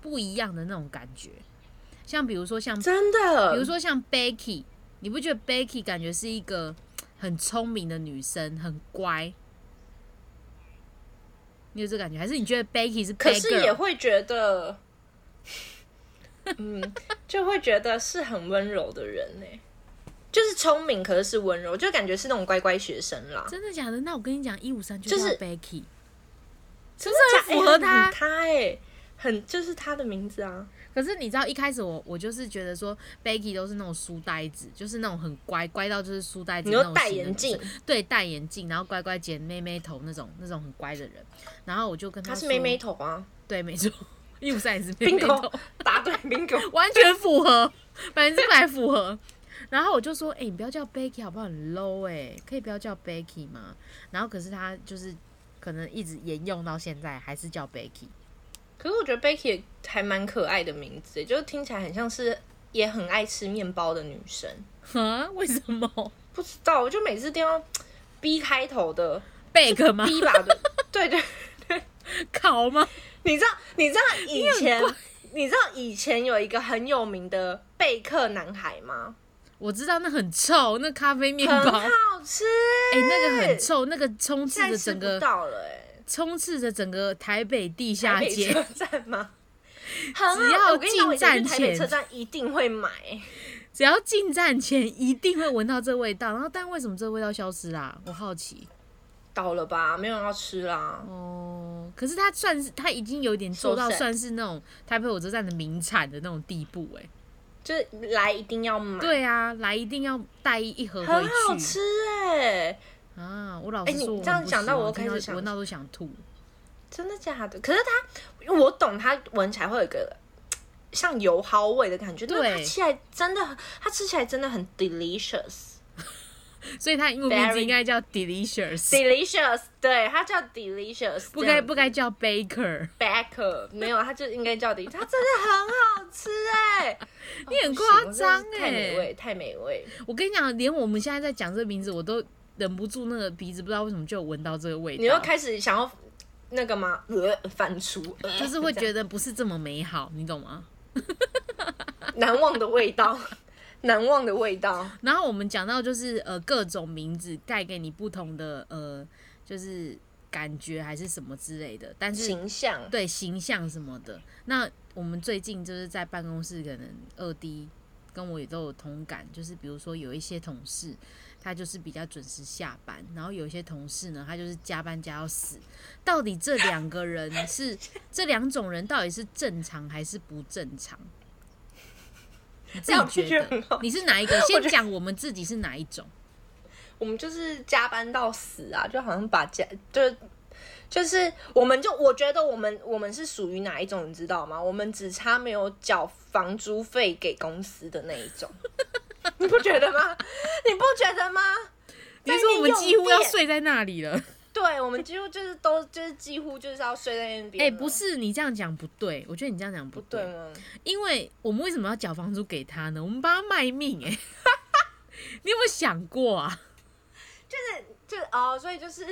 [SPEAKER 2] 不一样的那种感觉。像比如说像，比
[SPEAKER 3] 真的，
[SPEAKER 2] 如说像 Becky，你不觉得 Becky 感觉是一个很聪明的女生，很乖？你有这感觉，还是你觉得 Becky 是 bad
[SPEAKER 3] 可是也
[SPEAKER 2] girl？
[SPEAKER 3] 会觉得， 嗯，就会觉得是很温柔的人呢、就是聪明，可是是温柔，就感觉是那种乖乖学生啦。
[SPEAKER 2] 真的假的？那我跟你讲，一五三
[SPEAKER 3] 就是
[SPEAKER 2] 叫 Becky，
[SPEAKER 3] 真
[SPEAKER 2] 的假
[SPEAKER 3] 很
[SPEAKER 2] 符合他
[SPEAKER 3] 很他哎、很就是他的名字啊。
[SPEAKER 2] 可是你知道一开始我我就是觉得说 Becky 都是那种书呆子，就是那种很乖乖到就是书呆子
[SPEAKER 3] 你
[SPEAKER 2] 那
[SPEAKER 3] 说
[SPEAKER 2] 种
[SPEAKER 3] 戴
[SPEAKER 2] 型的
[SPEAKER 3] 眼
[SPEAKER 2] 女生
[SPEAKER 3] 镜，
[SPEAKER 2] 对，戴眼镜，然后乖乖剪妹妹头那种那种很乖的人。然后我就跟
[SPEAKER 3] 他是
[SPEAKER 2] 说
[SPEAKER 3] 妹妹，头啊
[SPEAKER 2] 对，没错， 一五三也是妹妹头
[SPEAKER 3] ，bingo，，答 对 bingo。
[SPEAKER 2] 完全符合，百分之百符合。然后我就说，哎、你不要叫 Becky 好不好？很 low 哎、可以不要叫 Becky 吗？然后可是他就是可能一直沿用到现在，还是叫 Becky。
[SPEAKER 3] 可是我觉得 Becky 还蛮可爱的名字，欸就是听起来很像是也很爱吃面包的女生。
[SPEAKER 2] 哈？为什 么
[SPEAKER 3] 不知道，我就每次都要 B 开头的
[SPEAKER 2] ？Bake 吗？
[SPEAKER 3] B 吧 的，对对。
[SPEAKER 2] 烤吗？
[SPEAKER 3] 你知道，你知道以前，你知道以前有一个很有名的贝克男孩吗？
[SPEAKER 2] 我知道那很臭，那咖啡面
[SPEAKER 3] 很
[SPEAKER 2] 包，哎、
[SPEAKER 3] 好吃，
[SPEAKER 2] 那个很臭，那个充斥
[SPEAKER 3] 现在
[SPEAKER 2] 着
[SPEAKER 3] 吃
[SPEAKER 2] 整
[SPEAKER 3] 不
[SPEAKER 2] 个
[SPEAKER 3] 到了、欸，
[SPEAKER 2] 充斥着整个台北地
[SPEAKER 3] 哎，
[SPEAKER 2] 下
[SPEAKER 3] 台北
[SPEAKER 2] 街。
[SPEAKER 3] 车站吗？很好
[SPEAKER 2] 只要
[SPEAKER 3] 我跟你讲，我以前去
[SPEAKER 2] 进站
[SPEAKER 3] 台北
[SPEAKER 2] 前
[SPEAKER 3] 车站一定会买，
[SPEAKER 2] 只要进站前一定会闻到这味道，然后但为什么这味道消失啦、我好奇
[SPEAKER 3] 倒了吧，没有人要吃啦。
[SPEAKER 2] 哦。可是它算是它已经有点做到
[SPEAKER 3] 收窄
[SPEAKER 2] 算是那种台北火车站的名产的那种地步哎、
[SPEAKER 3] 就是来一定要买，，
[SPEAKER 2] 对啊，来一定要带一盒
[SPEAKER 3] 嗯
[SPEAKER 2] 回
[SPEAKER 3] 很好
[SPEAKER 2] 去
[SPEAKER 3] 吃哎、
[SPEAKER 2] 啊！我老
[SPEAKER 3] 哎
[SPEAKER 2] 实
[SPEAKER 3] 你
[SPEAKER 2] 说，我
[SPEAKER 3] 这样
[SPEAKER 2] 很不
[SPEAKER 3] 讲
[SPEAKER 2] 喜
[SPEAKER 3] 到
[SPEAKER 2] 欢
[SPEAKER 3] 我
[SPEAKER 2] 听
[SPEAKER 3] 开始想
[SPEAKER 2] 闻到都想吐。
[SPEAKER 3] 真的假的？可是它，我懂它闻起来会有一个嘖像油蒿味的感觉，
[SPEAKER 2] 对
[SPEAKER 3] 但是它吃起来真的很，它吃起来真的很 delicious。
[SPEAKER 2] 所以它英文名
[SPEAKER 3] Very-
[SPEAKER 2] 字应该叫 Delicious，
[SPEAKER 3] delicious，对，它叫 delicious，
[SPEAKER 2] 不该不该叫 Baker。
[SPEAKER 3] back，没有，它就应该叫 d e 它真的很好吃哎、
[SPEAKER 2] 你很夸张
[SPEAKER 3] 哦不行我真的是
[SPEAKER 2] 哎、
[SPEAKER 3] 太美味，太美味，
[SPEAKER 2] 我跟你讲，连我们现在在讲这个名字，我都忍不住那个鼻子不知道为什么就有闻到这个味道。
[SPEAKER 3] 你又开始想要那个吗？呃，反刍，呃
[SPEAKER 2] 就是会觉得不是这么美好，你懂吗？
[SPEAKER 3] 难忘的味道，难忘的味道，
[SPEAKER 2] 然后我们讲到就是呃各种名字带给你不同的呃就是感觉还是什么之类的，但是
[SPEAKER 3] 形象，
[SPEAKER 2] 对形象什么的。那我们最近就是在办公室，可能二 D 跟我也都有同感，就是比如说有一些同事他就是比较准时下班，然后有一些同事呢他就是加班加到死。到底这两个人是这两种人到底是正常还是不正常？你自
[SPEAKER 3] 这样我
[SPEAKER 2] 己
[SPEAKER 3] 觉
[SPEAKER 2] 觉
[SPEAKER 3] 得很
[SPEAKER 2] 得
[SPEAKER 3] 好
[SPEAKER 2] 你是 哪一个？先讲我们自己是哪一种。
[SPEAKER 3] 我们就是加班到死啊，就好像把加就就是我们就我觉得我们我们是属于哪一种，你知道吗？我们只差没有缴房租费给公司的那一 种，你不觉得吗？你不觉得吗？
[SPEAKER 2] 你
[SPEAKER 3] 在
[SPEAKER 2] 说我
[SPEAKER 3] 利
[SPEAKER 2] 们
[SPEAKER 3] 用
[SPEAKER 2] 几乎要
[SPEAKER 3] 电，
[SPEAKER 2] 睡在那里了。
[SPEAKER 3] 对我们几乎就是都就是几乎就是要睡在那边。
[SPEAKER 2] 哎、不，是你这样讲不对，我觉得你这样讲不
[SPEAKER 3] 不对吗？
[SPEAKER 2] 因为我们为什么要缴房租给他呢？我们帮他卖命哎、 你有没有想过啊？
[SPEAKER 3] 就哦，所以就是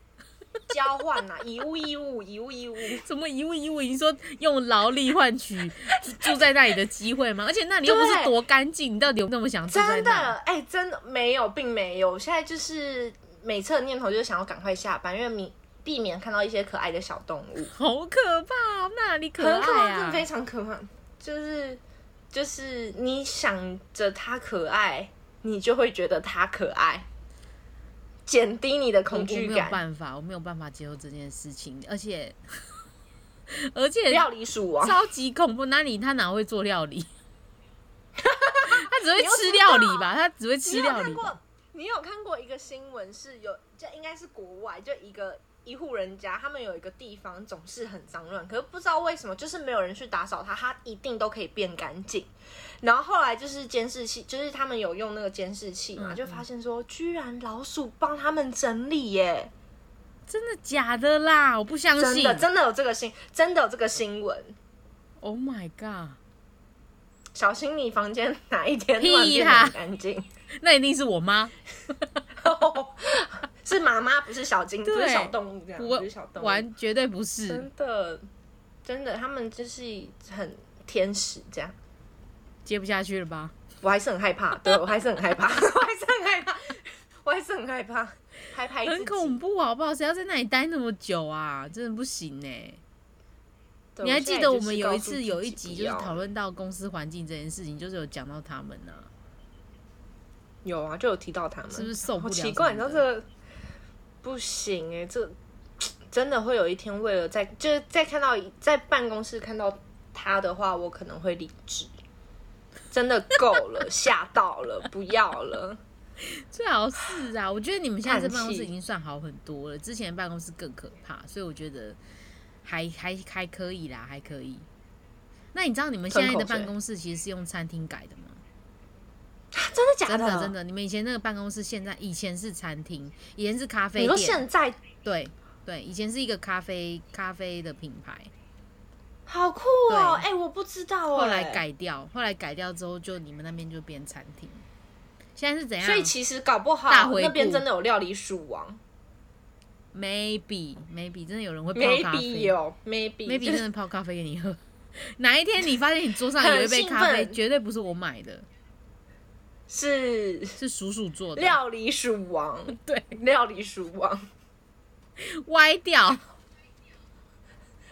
[SPEAKER 3] 交换呐、啊，以物易物，以物易物。
[SPEAKER 2] 怎么一物一物？你说用劳力换取 住住在那里的机会吗？而且那里又不
[SPEAKER 3] 对
[SPEAKER 2] 是多干净，你到底有那么想住在
[SPEAKER 3] 真的
[SPEAKER 2] 那里？，
[SPEAKER 3] 哎、真的没有，并没有。现在就是每次的念头就是想要赶快下班，因为你避免看到一些可爱的小动物，
[SPEAKER 2] 好可怕、哦，那里可
[SPEAKER 3] 很可
[SPEAKER 2] 爱
[SPEAKER 3] 爱，真的
[SPEAKER 2] 啊！
[SPEAKER 3] 非常可怕。就是就是你想着它可爱，你就会觉得它可爱，减低你的
[SPEAKER 2] 我
[SPEAKER 3] 恐
[SPEAKER 2] 我
[SPEAKER 3] 惧
[SPEAKER 2] 没有
[SPEAKER 3] 感。
[SPEAKER 2] 办法，我没有办法接受这件事情，而且 而且
[SPEAKER 3] 不要理鼠王，
[SPEAKER 2] 超级恐怖。那你他哪会做料理？ 他只会
[SPEAKER 3] 你又
[SPEAKER 2] 吃
[SPEAKER 3] 知
[SPEAKER 2] 料
[SPEAKER 3] 道
[SPEAKER 2] 理吧？他只会
[SPEAKER 3] 你
[SPEAKER 2] 吃
[SPEAKER 3] 有
[SPEAKER 2] 料理
[SPEAKER 3] 看
[SPEAKER 2] 吧。
[SPEAKER 3] 过？你有看过一个新闻是有，这应该是国外，就一个一户人家，他们有一个地方总是很脏乱，可是不知道为什么，就是没有人去打扫它，它一定都可以变干净。然后后来就是监视器，就是他们有用那个监视器嘛，
[SPEAKER 2] 嗯
[SPEAKER 3] 就发现说，居然老鼠帮他们整理耶！
[SPEAKER 2] 真的假的啦？我不相
[SPEAKER 3] 真
[SPEAKER 2] 信。
[SPEAKER 3] 的真的有这个新，真的有这个新闻。
[SPEAKER 2] Oh my god！
[SPEAKER 3] 小心你房间哪一天
[SPEAKER 2] 屁
[SPEAKER 3] 乱变得
[SPEAKER 2] 啦
[SPEAKER 3] 很干净，
[SPEAKER 2] 那一定是我妈，
[SPEAKER 3] 是妈妈不是小金，不是
[SPEAKER 2] 对
[SPEAKER 3] 小动物这样，
[SPEAKER 2] 我
[SPEAKER 3] 不是小动嗯物。
[SPEAKER 2] 完绝对不是
[SPEAKER 3] 真。的，真的，他们就是很天使这样。
[SPEAKER 2] 接不下去了吧？
[SPEAKER 3] 我还是很害 怕，对我还是很害怕，我还是很害怕，我还是很害怕，拍拍自
[SPEAKER 2] 很
[SPEAKER 3] 己。
[SPEAKER 2] 恐怖，好不好？谁要在那里待那么久啊？真的不行呢、
[SPEAKER 3] 对
[SPEAKER 2] 你还记得我们有一次
[SPEAKER 3] 现在
[SPEAKER 2] 有
[SPEAKER 3] 就
[SPEAKER 2] 一
[SPEAKER 3] 是告诉自己
[SPEAKER 2] 集就是讨论到公司环境这件事情，就是有讲到他们啊。
[SPEAKER 3] 有啊，就有提到他们，
[SPEAKER 2] 是不是受不
[SPEAKER 3] 好
[SPEAKER 2] 了？
[SPEAKER 3] 奇怪，你知道这个不行哎、这真的会有一天为了在就是在看到在办公室看到他的话，我可能会离职。真的够了，吓到了，不要了。
[SPEAKER 2] 最好是啊，我觉得你们现在这
[SPEAKER 3] 叹气
[SPEAKER 2] 办公室已经算好很多了，之前的办公室更可怕，所以我觉得还还还可以啦，还可以。那你知道你们现在
[SPEAKER 3] 吞
[SPEAKER 2] 的
[SPEAKER 3] 口水
[SPEAKER 2] 办公室其实是用餐厅改的吗？
[SPEAKER 3] 真的假
[SPEAKER 2] 真的
[SPEAKER 3] 的
[SPEAKER 2] 真。的，你们以前那个办公室现在以前是餐厅，以前是咖啡
[SPEAKER 3] 你说
[SPEAKER 2] 店，
[SPEAKER 3] 现在
[SPEAKER 2] 对对，以前是一个咖啡咖啡的品牌，
[SPEAKER 3] 好酷哦！哎、我不知道哦、
[SPEAKER 2] 后来，改掉，后来改掉之后就你们那边就变餐厅，现在是怎样？
[SPEAKER 3] 所以其实搞不好
[SPEAKER 2] 啊大回顾
[SPEAKER 3] 那边真的有料理鼠王
[SPEAKER 2] maybe maybe 真的有人会泡咖啡
[SPEAKER 3] ，maybe 有，maybe
[SPEAKER 2] maybe
[SPEAKER 3] 就是
[SPEAKER 2] 真的泡咖啡给你喝。 哪一天你发现你桌上有一杯咖
[SPEAKER 3] 很
[SPEAKER 2] 啡，
[SPEAKER 3] 兴奋
[SPEAKER 2] 绝对不是我买的，
[SPEAKER 3] 是
[SPEAKER 2] 是叔叔做的，
[SPEAKER 3] 料理鼠王，
[SPEAKER 2] 对，
[SPEAKER 3] 料理鼠王，
[SPEAKER 2] 歪掉。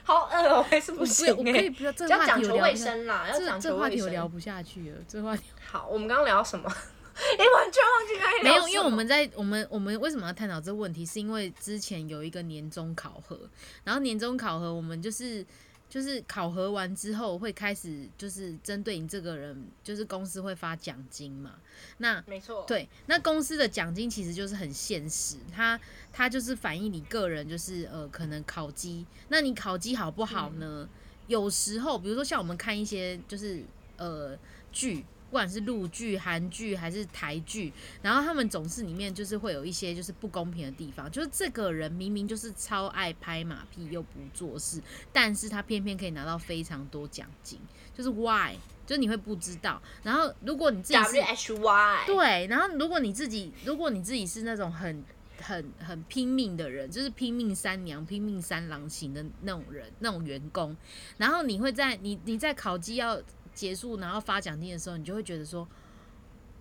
[SPEAKER 3] 好饿哦，还是
[SPEAKER 2] 我
[SPEAKER 3] 不
[SPEAKER 2] 不
[SPEAKER 3] 行
[SPEAKER 2] 要，我
[SPEAKER 3] 哎、
[SPEAKER 2] 可以不要，这个
[SPEAKER 3] 要
[SPEAKER 2] 话
[SPEAKER 3] 讲
[SPEAKER 2] 题
[SPEAKER 3] 求
[SPEAKER 2] 我聊
[SPEAKER 3] 卫
[SPEAKER 2] 不下，
[SPEAKER 3] 生啦，要
[SPEAKER 2] 这
[SPEAKER 3] 讲
[SPEAKER 2] 这
[SPEAKER 3] 求
[SPEAKER 2] 个话
[SPEAKER 3] 卫
[SPEAKER 2] 题我聊
[SPEAKER 3] 生。
[SPEAKER 2] 不下去了，这个话题
[SPEAKER 3] 好，我们刚刚聊什么？ 哎、完全忘记刚才
[SPEAKER 2] 没
[SPEAKER 3] 聊
[SPEAKER 2] 有，因
[SPEAKER 3] 什
[SPEAKER 2] 为
[SPEAKER 3] 么
[SPEAKER 2] 我们在我们我们为什么要探讨这个问题，是因为之前有一个年终考核，然后年终考核我们就是就是考核完之后会开始就是针对你这个人，就是公司会发奖金嘛，那
[SPEAKER 3] 没错，，
[SPEAKER 2] 对，那公司的奖金其实就是很现实，它它就是反映你个人，就是呃，可能考绩，那你考绩好不好
[SPEAKER 3] 嗯
[SPEAKER 2] 呢？有时候，比如说像我们看一些就是呃剧，不管是陆剧、韩剧还是台剧，然后他们总是里面就是会有一些就是不公平的地方，就是这个人明明就是超爱拍马屁又不做事，但是他偏偏可以拿到非常多奖金，就是 why？就是你会不知道，然后如果你自己是
[SPEAKER 3] W H Y，
[SPEAKER 2] 对，然后如果你自己，如果你自己是那种很很很拼命的人，就是拼命三娘、拼命三郎型的那种人，那种员工，然后你会在你你在考绩要结束，然后发奖金的时候，你就会觉得说，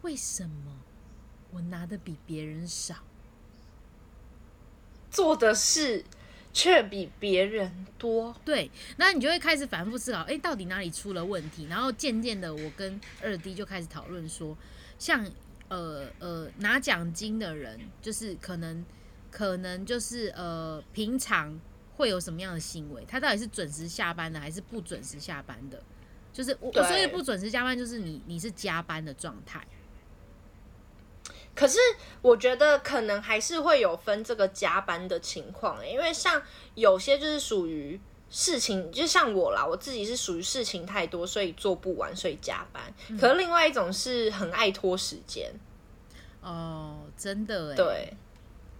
[SPEAKER 2] 为什么我拿的比别人少？
[SPEAKER 3] 做的事却比别人多，
[SPEAKER 2] 对，那你就会开始反复思考，哎，到底哪里出了问题？然后渐渐的，我跟二弟就开始讨论说，像呃呃拿奖金的人，就是可能可能就是呃平常会有什么样的行为？他到底是准时下班的，还是不准时下班的？就是我，我所以
[SPEAKER 3] 对
[SPEAKER 2] 不准时加班，就是你你是加班的状态。
[SPEAKER 3] 可是我觉得可能还是会有分这个加班的情况、欸，因为像有些就是属于事情，就像我啦，我自己是属于事情太多，所以做不完，所以加班。可是另外一种是很爱拖时间，
[SPEAKER 2] 哦，真的哎，，
[SPEAKER 3] 对。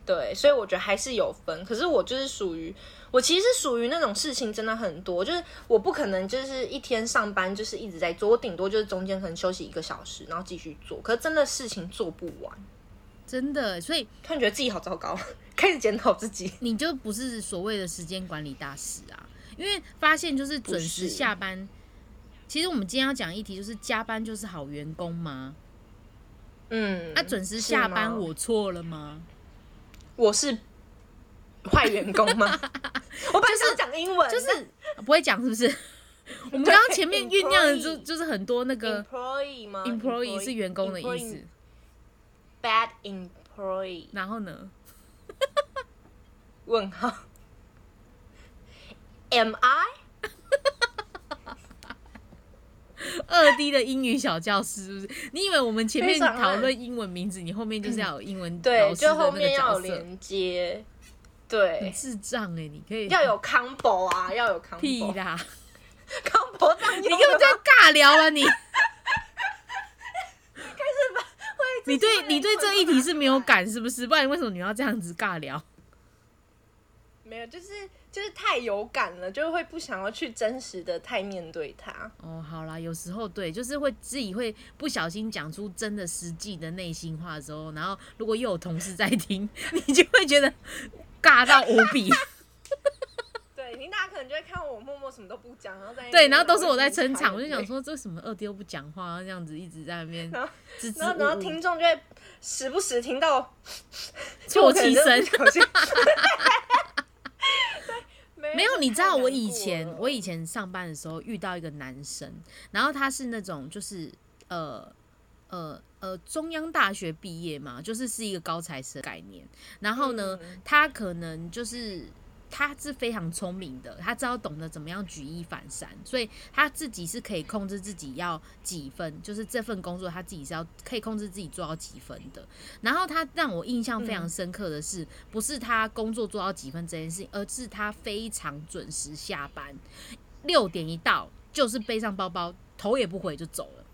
[SPEAKER 3] 对，所以我觉得还是有分。可是我就是属于，我其实是属于那种事情真的很多，就是我不可能就是一天上班就是一直在做，我顶多就是中间可能休息一个小时，然后继续做。可是真的事情做不完，
[SPEAKER 2] 真的欸，所以
[SPEAKER 3] 突然觉得自己好糟糕， 开始检讨自己。
[SPEAKER 2] 你就不是所谓的时间管理大师啊，因为发现就是准时
[SPEAKER 3] 不是
[SPEAKER 2] 下班。其实我们今天要讲议题就是加班就是好员工吗？
[SPEAKER 3] 嗯，
[SPEAKER 2] 那、准时
[SPEAKER 3] 是
[SPEAKER 2] 下班
[SPEAKER 3] 吗
[SPEAKER 2] 我错了吗？
[SPEAKER 3] 我是坏员工 吗？我本来想讲英文，
[SPEAKER 2] 就是啊不会讲是 不是？我们刚刚前面酝酿的就
[SPEAKER 3] employee
[SPEAKER 2] 就是很多那个
[SPEAKER 3] employee 吗
[SPEAKER 2] employee 是员工的意思，
[SPEAKER 3] ，bad employee
[SPEAKER 2] 然后呢？
[SPEAKER 3] 问号，am I？
[SPEAKER 2] 二 D 的英语小教师是不是？你以为我们前
[SPEAKER 3] 非
[SPEAKER 2] 面
[SPEAKER 3] 常
[SPEAKER 2] 讨论英文名字，你后面就是要有英文
[SPEAKER 3] 对，
[SPEAKER 2] 老师
[SPEAKER 3] 就
[SPEAKER 2] 的
[SPEAKER 3] 后
[SPEAKER 2] 那个
[SPEAKER 3] 面要有
[SPEAKER 2] 角色？
[SPEAKER 3] 连接，
[SPEAKER 2] 很
[SPEAKER 3] 对，
[SPEAKER 2] 智障哎、你可以
[SPEAKER 3] 要有 combo 啊，要有 combo，
[SPEAKER 2] 屁 啦！
[SPEAKER 3] combo 这样
[SPEAKER 2] 你
[SPEAKER 3] 用
[SPEAKER 2] 根本
[SPEAKER 3] 的
[SPEAKER 2] 在
[SPEAKER 3] 吗
[SPEAKER 2] 尬聊啊你！
[SPEAKER 3] 会
[SPEAKER 2] 你对
[SPEAKER 3] 自己
[SPEAKER 2] 你对
[SPEAKER 3] 会
[SPEAKER 2] 这一题是没有感是不是？不然为什么你要这样子尬聊？
[SPEAKER 3] 没有，就是就是太有感了，就会不想要去真实的太面对它。
[SPEAKER 2] 哦，好啦，有时候对，就是会自己会不小心讲出真的实际的内心话的时候，然后如果又有同事在听， 你就会觉得尬到无 比。
[SPEAKER 3] 对，你大家可能就会看我默默什么都不讲，然后在那边
[SPEAKER 2] 对，然后都是我在撑场，
[SPEAKER 3] 然后
[SPEAKER 2] 我就
[SPEAKER 3] 一直
[SPEAKER 2] 想
[SPEAKER 3] 看
[SPEAKER 2] 说这为什么二丢不讲话，这样子一直在那边
[SPEAKER 3] 然后
[SPEAKER 2] 支支
[SPEAKER 3] 然后然后
[SPEAKER 2] 吾
[SPEAKER 3] 听
[SPEAKER 2] 吾，
[SPEAKER 3] 众就会时不时听到
[SPEAKER 2] 啜泣声。
[SPEAKER 3] 声。 对
[SPEAKER 2] 没有，你知道我以前我
[SPEAKER 3] 以
[SPEAKER 2] 以前上班的时候遇到一个男生，然后他是那种就是呃呃呃中央大学毕业嘛，就是是一个高材生的概念。然后呢，他可能就是他是非常聪明的，他知道懂得怎么样举一反三，所以他自己是可以控制自己要几分，就是这份工作他自己是要可以控制自己做到几分的。然后他让我印象非常深刻的是，不是他工作做到几分这件事情，而是他非常准时下班，六点一到就是背上包包，头也不回就走了。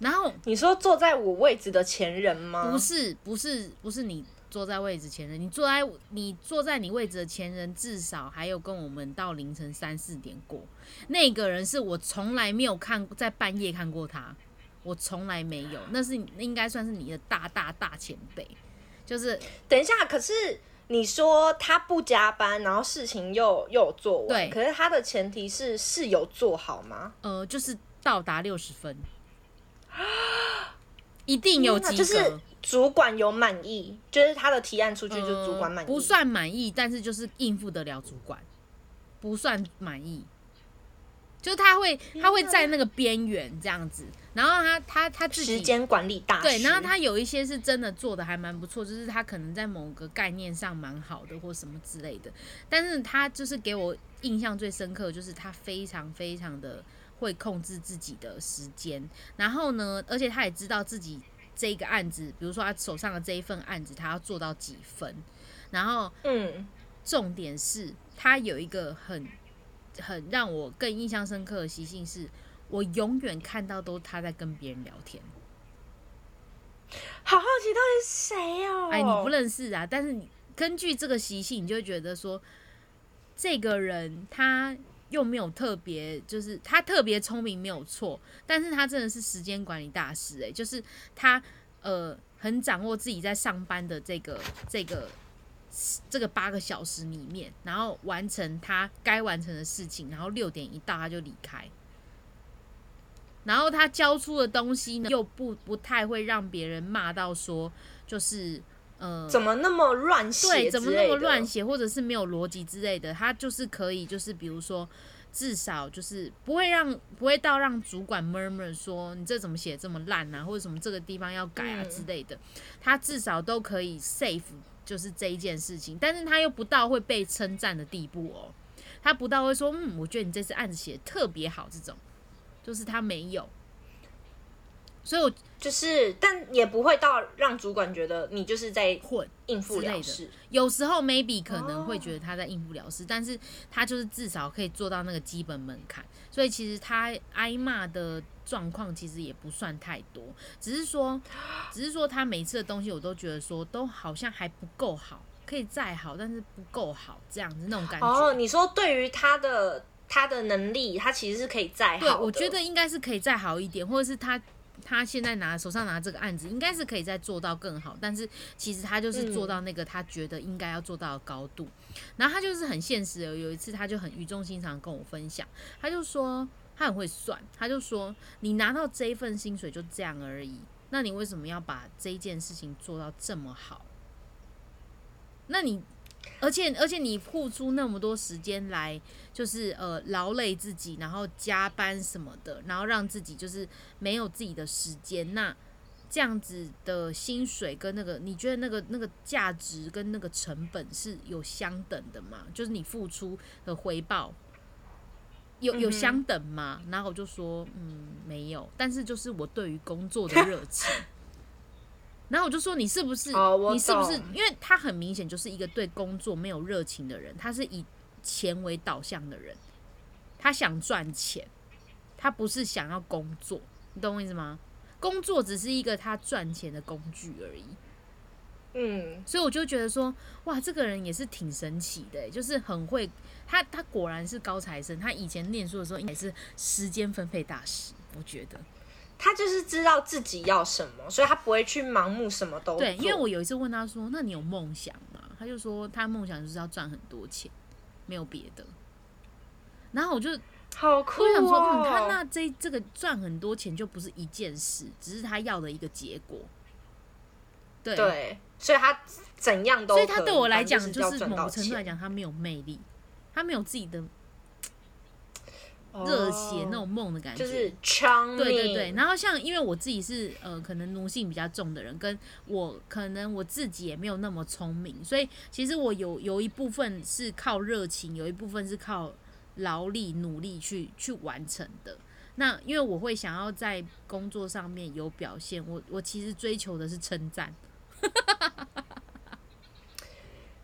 [SPEAKER 2] 然后
[SPEAKER 3] 你说坐在我位置的前人吗？
[SPEAKER 2] 不是不是不是你坐在位置前人，你坐在你坐在你位置的前人，至少还有跟我们到凌晨三四点过。那个人是我从来没有看在半夜看过他，我从来没有，那是那应该算是你的大大大前辈，就是
[SPEAKER 3] 等一哎下，可是你说他不加班，然后事情又又有做完，
[SPEAKER 2] 对
[SPEAKER 3] 可是他的前提是是有做好吗？
[SPEAKER 2] 呃就是到达六十分，一定有
[SPEAKER 3] 天哪
[SPEAKER 2] 及格。
[SPEAKER 3] 嗯就是主管有满意，就是他的提案出去就是主管满意，
[SPEAKER 2] 呃嗯不算满意，但是就是应付得了主管，不算满意。就他会，他会在那个边缘这样子，然后他他他自己
[SPEAKER 3] 时间管理大师。
[SPEAKER 2] 对，然后他有一些是真的做的还蛮不错，就是他可能在某个概念上蛮好的或什么之类的，但是他就是给我印象最深刻，就是他非常非常的会控制自己的时间，然后呢，而且他也知道自己这个案子，比如说他手上的这一份案子，他要做到几分，然后
[SPEAKER 3] 嗯，
[SPEAKER 2] 重点是他有一个很很让我更印象深刻的习性是。我永远看到都他在跟别人聊天，
[SPEAKER 3] 好好奇到底是谁哦？
[SPEAKER 2] 哎，你不认识啊，但是你根据这个习性，你就会觉得说，这个人他又没有特别，就是他特别聪明没有错，但是他真的是时间管理大师、哎，就是他呃很掌握自己在上班的这个这个。这个八个小时里面，然后完成他该完成的事情，然后六点一到他就离开，然后他交出的东西呢，又不不太会让别人骂到说，就是呃，
[SPEAKER 3] 怎么那么乱写？
[SPEAKER 2] 对，怎么那么乱？写，或者是没有逻辑之类的，他就是可以，就是比如说，至少就是不会让不会到让主管 murmur 说你这怎么写这么烂啊，或者什么这个地方要改啊
[SPEAKER 3] 嗯
[SPEAKER 2] 之类的，他至少都可以 safe 就是这一件事情，但是他又不到会被称赞的地步哦，他不到会说嗯，我觉得你这次案子写得特别好这种，就是他没有。所以我
[SPEAKER 3] 就是，但也不会到让主管觉得你就是在
[SPEAKER 2] 混，
[SPEAKER 3] 应付
[SPEAKER 2] 之类
[SPEAKER 3] 了
[SPEAKER 2] 的
[SPEAKER 3] 事。
[SPEAKER 2] 有时候 maybe 可能会觉得他在应付了事，但是他就是至少可以做到那个基本门槛，所以其实他挨骂的状况其实也不算太多，只是说，只是说他每次的东西我都觉得说都好像还不够好，可以再好，但是不够好这样子那种感觉。
[SPEAKER 3] 哦，你说对于他的他的能力，他其实是可以再好
[SPEAKER 2] 对，
[SPEAKER 3] 的。
[SPEAKER 2] 我觉得应该是可以再好一点，或者是他他现在拿手上拿这个案子，应该是可以再做到更好，但是其实他就是做到
[SPEAKER 3] 嗯
[SPEAKER 2] 那个他觉得应该要做到的高度。然后他就是很现实的，有一次他就很语重心长地跟我分享，他就说他很会算，他就说你拿到这一份薪水就这样而已，那你为什么要把这一件事情做到这么好？那你，而且而且你付出那么多时间来，就是呃劳累自己，然后加班什么的，然后让自己就是没有自己的时间，那这样子的薪水跟那个，你觉得那个那个价值跟那个成本是有相等的吗？就是你付出的回报。有有
[SPEAKER 3] 嗯哼
[SPEAKER 2] 相等吗？然后我就说，嗯，没有。但是就是我对于工作的热情，然后我就说你是不是、
[SPEAKER 3] 哦我
[SPEAKER 2] 你是不是
[SPEAKER 3] 懂
[SPEAKER 2] 因为他很明显就是一个对工作没有热情的人，他是以钱为导向的人，他想赚钱，他不是想要工作，你懂我意思吗？工作只是一个他赚钱的工具而已，
[SPEAKER 3] 嗯，
[SPEAKER 2] 所以我就觉得说，哇，这个人也是挺神奇的欸，就是很会，他他果然是高材生，他以前念书的时候应该是时间分配大师，我觉得。
[SPEAKER 3] 他就是知道自己要什么，所以他不会去盲目什么都
[SPEAKER 2] 对，
[SPEAKER 3] 做
[SPEAKER 2] 因为我有一次问他说：“那你有梦想吗？”他就说他梦想就是要赚很多钱，没有别的。然后我就我
[SPEAKER 3] 好酷
[SPEAKER 2] 就想说，嗯，
[SPEAKER 3] 哦，
[SPEAKER 2] 他那这这个赚很多钱就不是一件事，只是他要的一个结果。对，
[SPEAKER 3] 对，所以他怎样都
[SPEAKER 2] 所
[SPEAKER 3] 可，
[SPEAKER 2] 以他对我来讲，
[SPEAKER 3] 反正
[SPEAKER 2] 就
[SPEAKER 3] 就是是要
[SPEAKER 2] 某
[SPEAKER 3] 赚
[SPEAKER 2] 个
[SPEAKER 3] 到
[SPEAKER 2] 程度来
[SPEAKER 3] 钱。
[SPEAKER 2] 讲，他没有魅力，他没有自己的热血那种梦的感觉，
[SPEAKER 3] 哦就是枪
[SPEAKER 2] 对对对，然后像因为我自己是呃，可能奴性比较重的人，跟我可能我自己也没有那么聪明，所以其实我有有一部分是靠热情，有一部分是靠劳力努力去去完成的。那因为我会想要在工作上面有表现，我我其实追求的是称赞，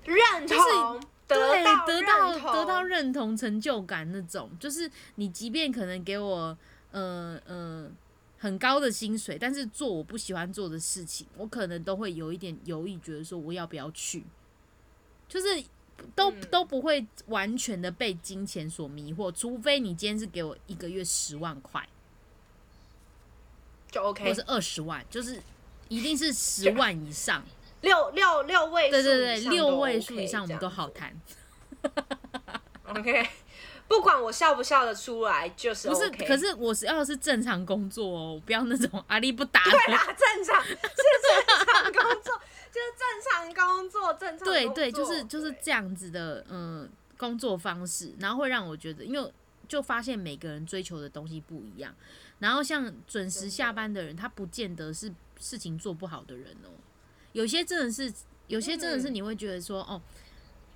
[SPEAKER 3] 认
[SPEAKER 2] 就
[SPEAKER 3] 同，
[SPEAKER 2] 是对，
[SPEAKER 3] 到
[SPEAKER 2] 得
[SPEAKER 3] 得
[SPEAKER 2] 到得到认同、成就感那种，就是你即便可能给我呃呃很高的薪水，但是做我不喜欢做的事情，我可能都会有一点犹豫，觉得说我要不要去，就是都、
[SPEAKER 3] 嗯
[SPEAKER 2] 都不会完全的被金钱所迷惑，除非你今天是给我一个月十万块，
[SPEAKER 3] 就
[SPEAKER 2] 或
[SPEAKER 3] OK
[SPEAKER 2] 是。二十万，就是一定是十万 以上，
[SPEAKER 3] 六六六位数
[SPEAKER 2] 对
[SPEAKER 3] 以上都 OK，
[SPEAKER 2] 对对，六位数以上我
[SPEAKER 3] 这样
[SPEAKER 2] 们都好谈。
[SPEAKER 3] OK。不管我笑不笑得出来，就是
[SPEAKER 2] 不是
[SPEAKER 3] OK
[SPEAKER 2] 可是我是要是正常工作哦，不要那种 阿力不打的。
[SPEAKER 3] 对啦，啊正常是正常工作， 就是正常工作，正常
[SPEAKER 2] 对
[SPEAKER 3] 工
[SPEAKER 2] 对，就
[SPEAKER 3] 作
[SPEAKER 2] 是就是
[SPEAKER 3] 对
[SPEAKER 2] 这样子的，嗯，工作方式，然后会让我觉得，因为就发现每个人追求的东西不一样，然后像准时下班的人，他不见得是事情做不好的人哦，有些真的是，有些真的是
[SPEAKER 3] 嗯
[SPEAKER 2] 你会觉得说，哦，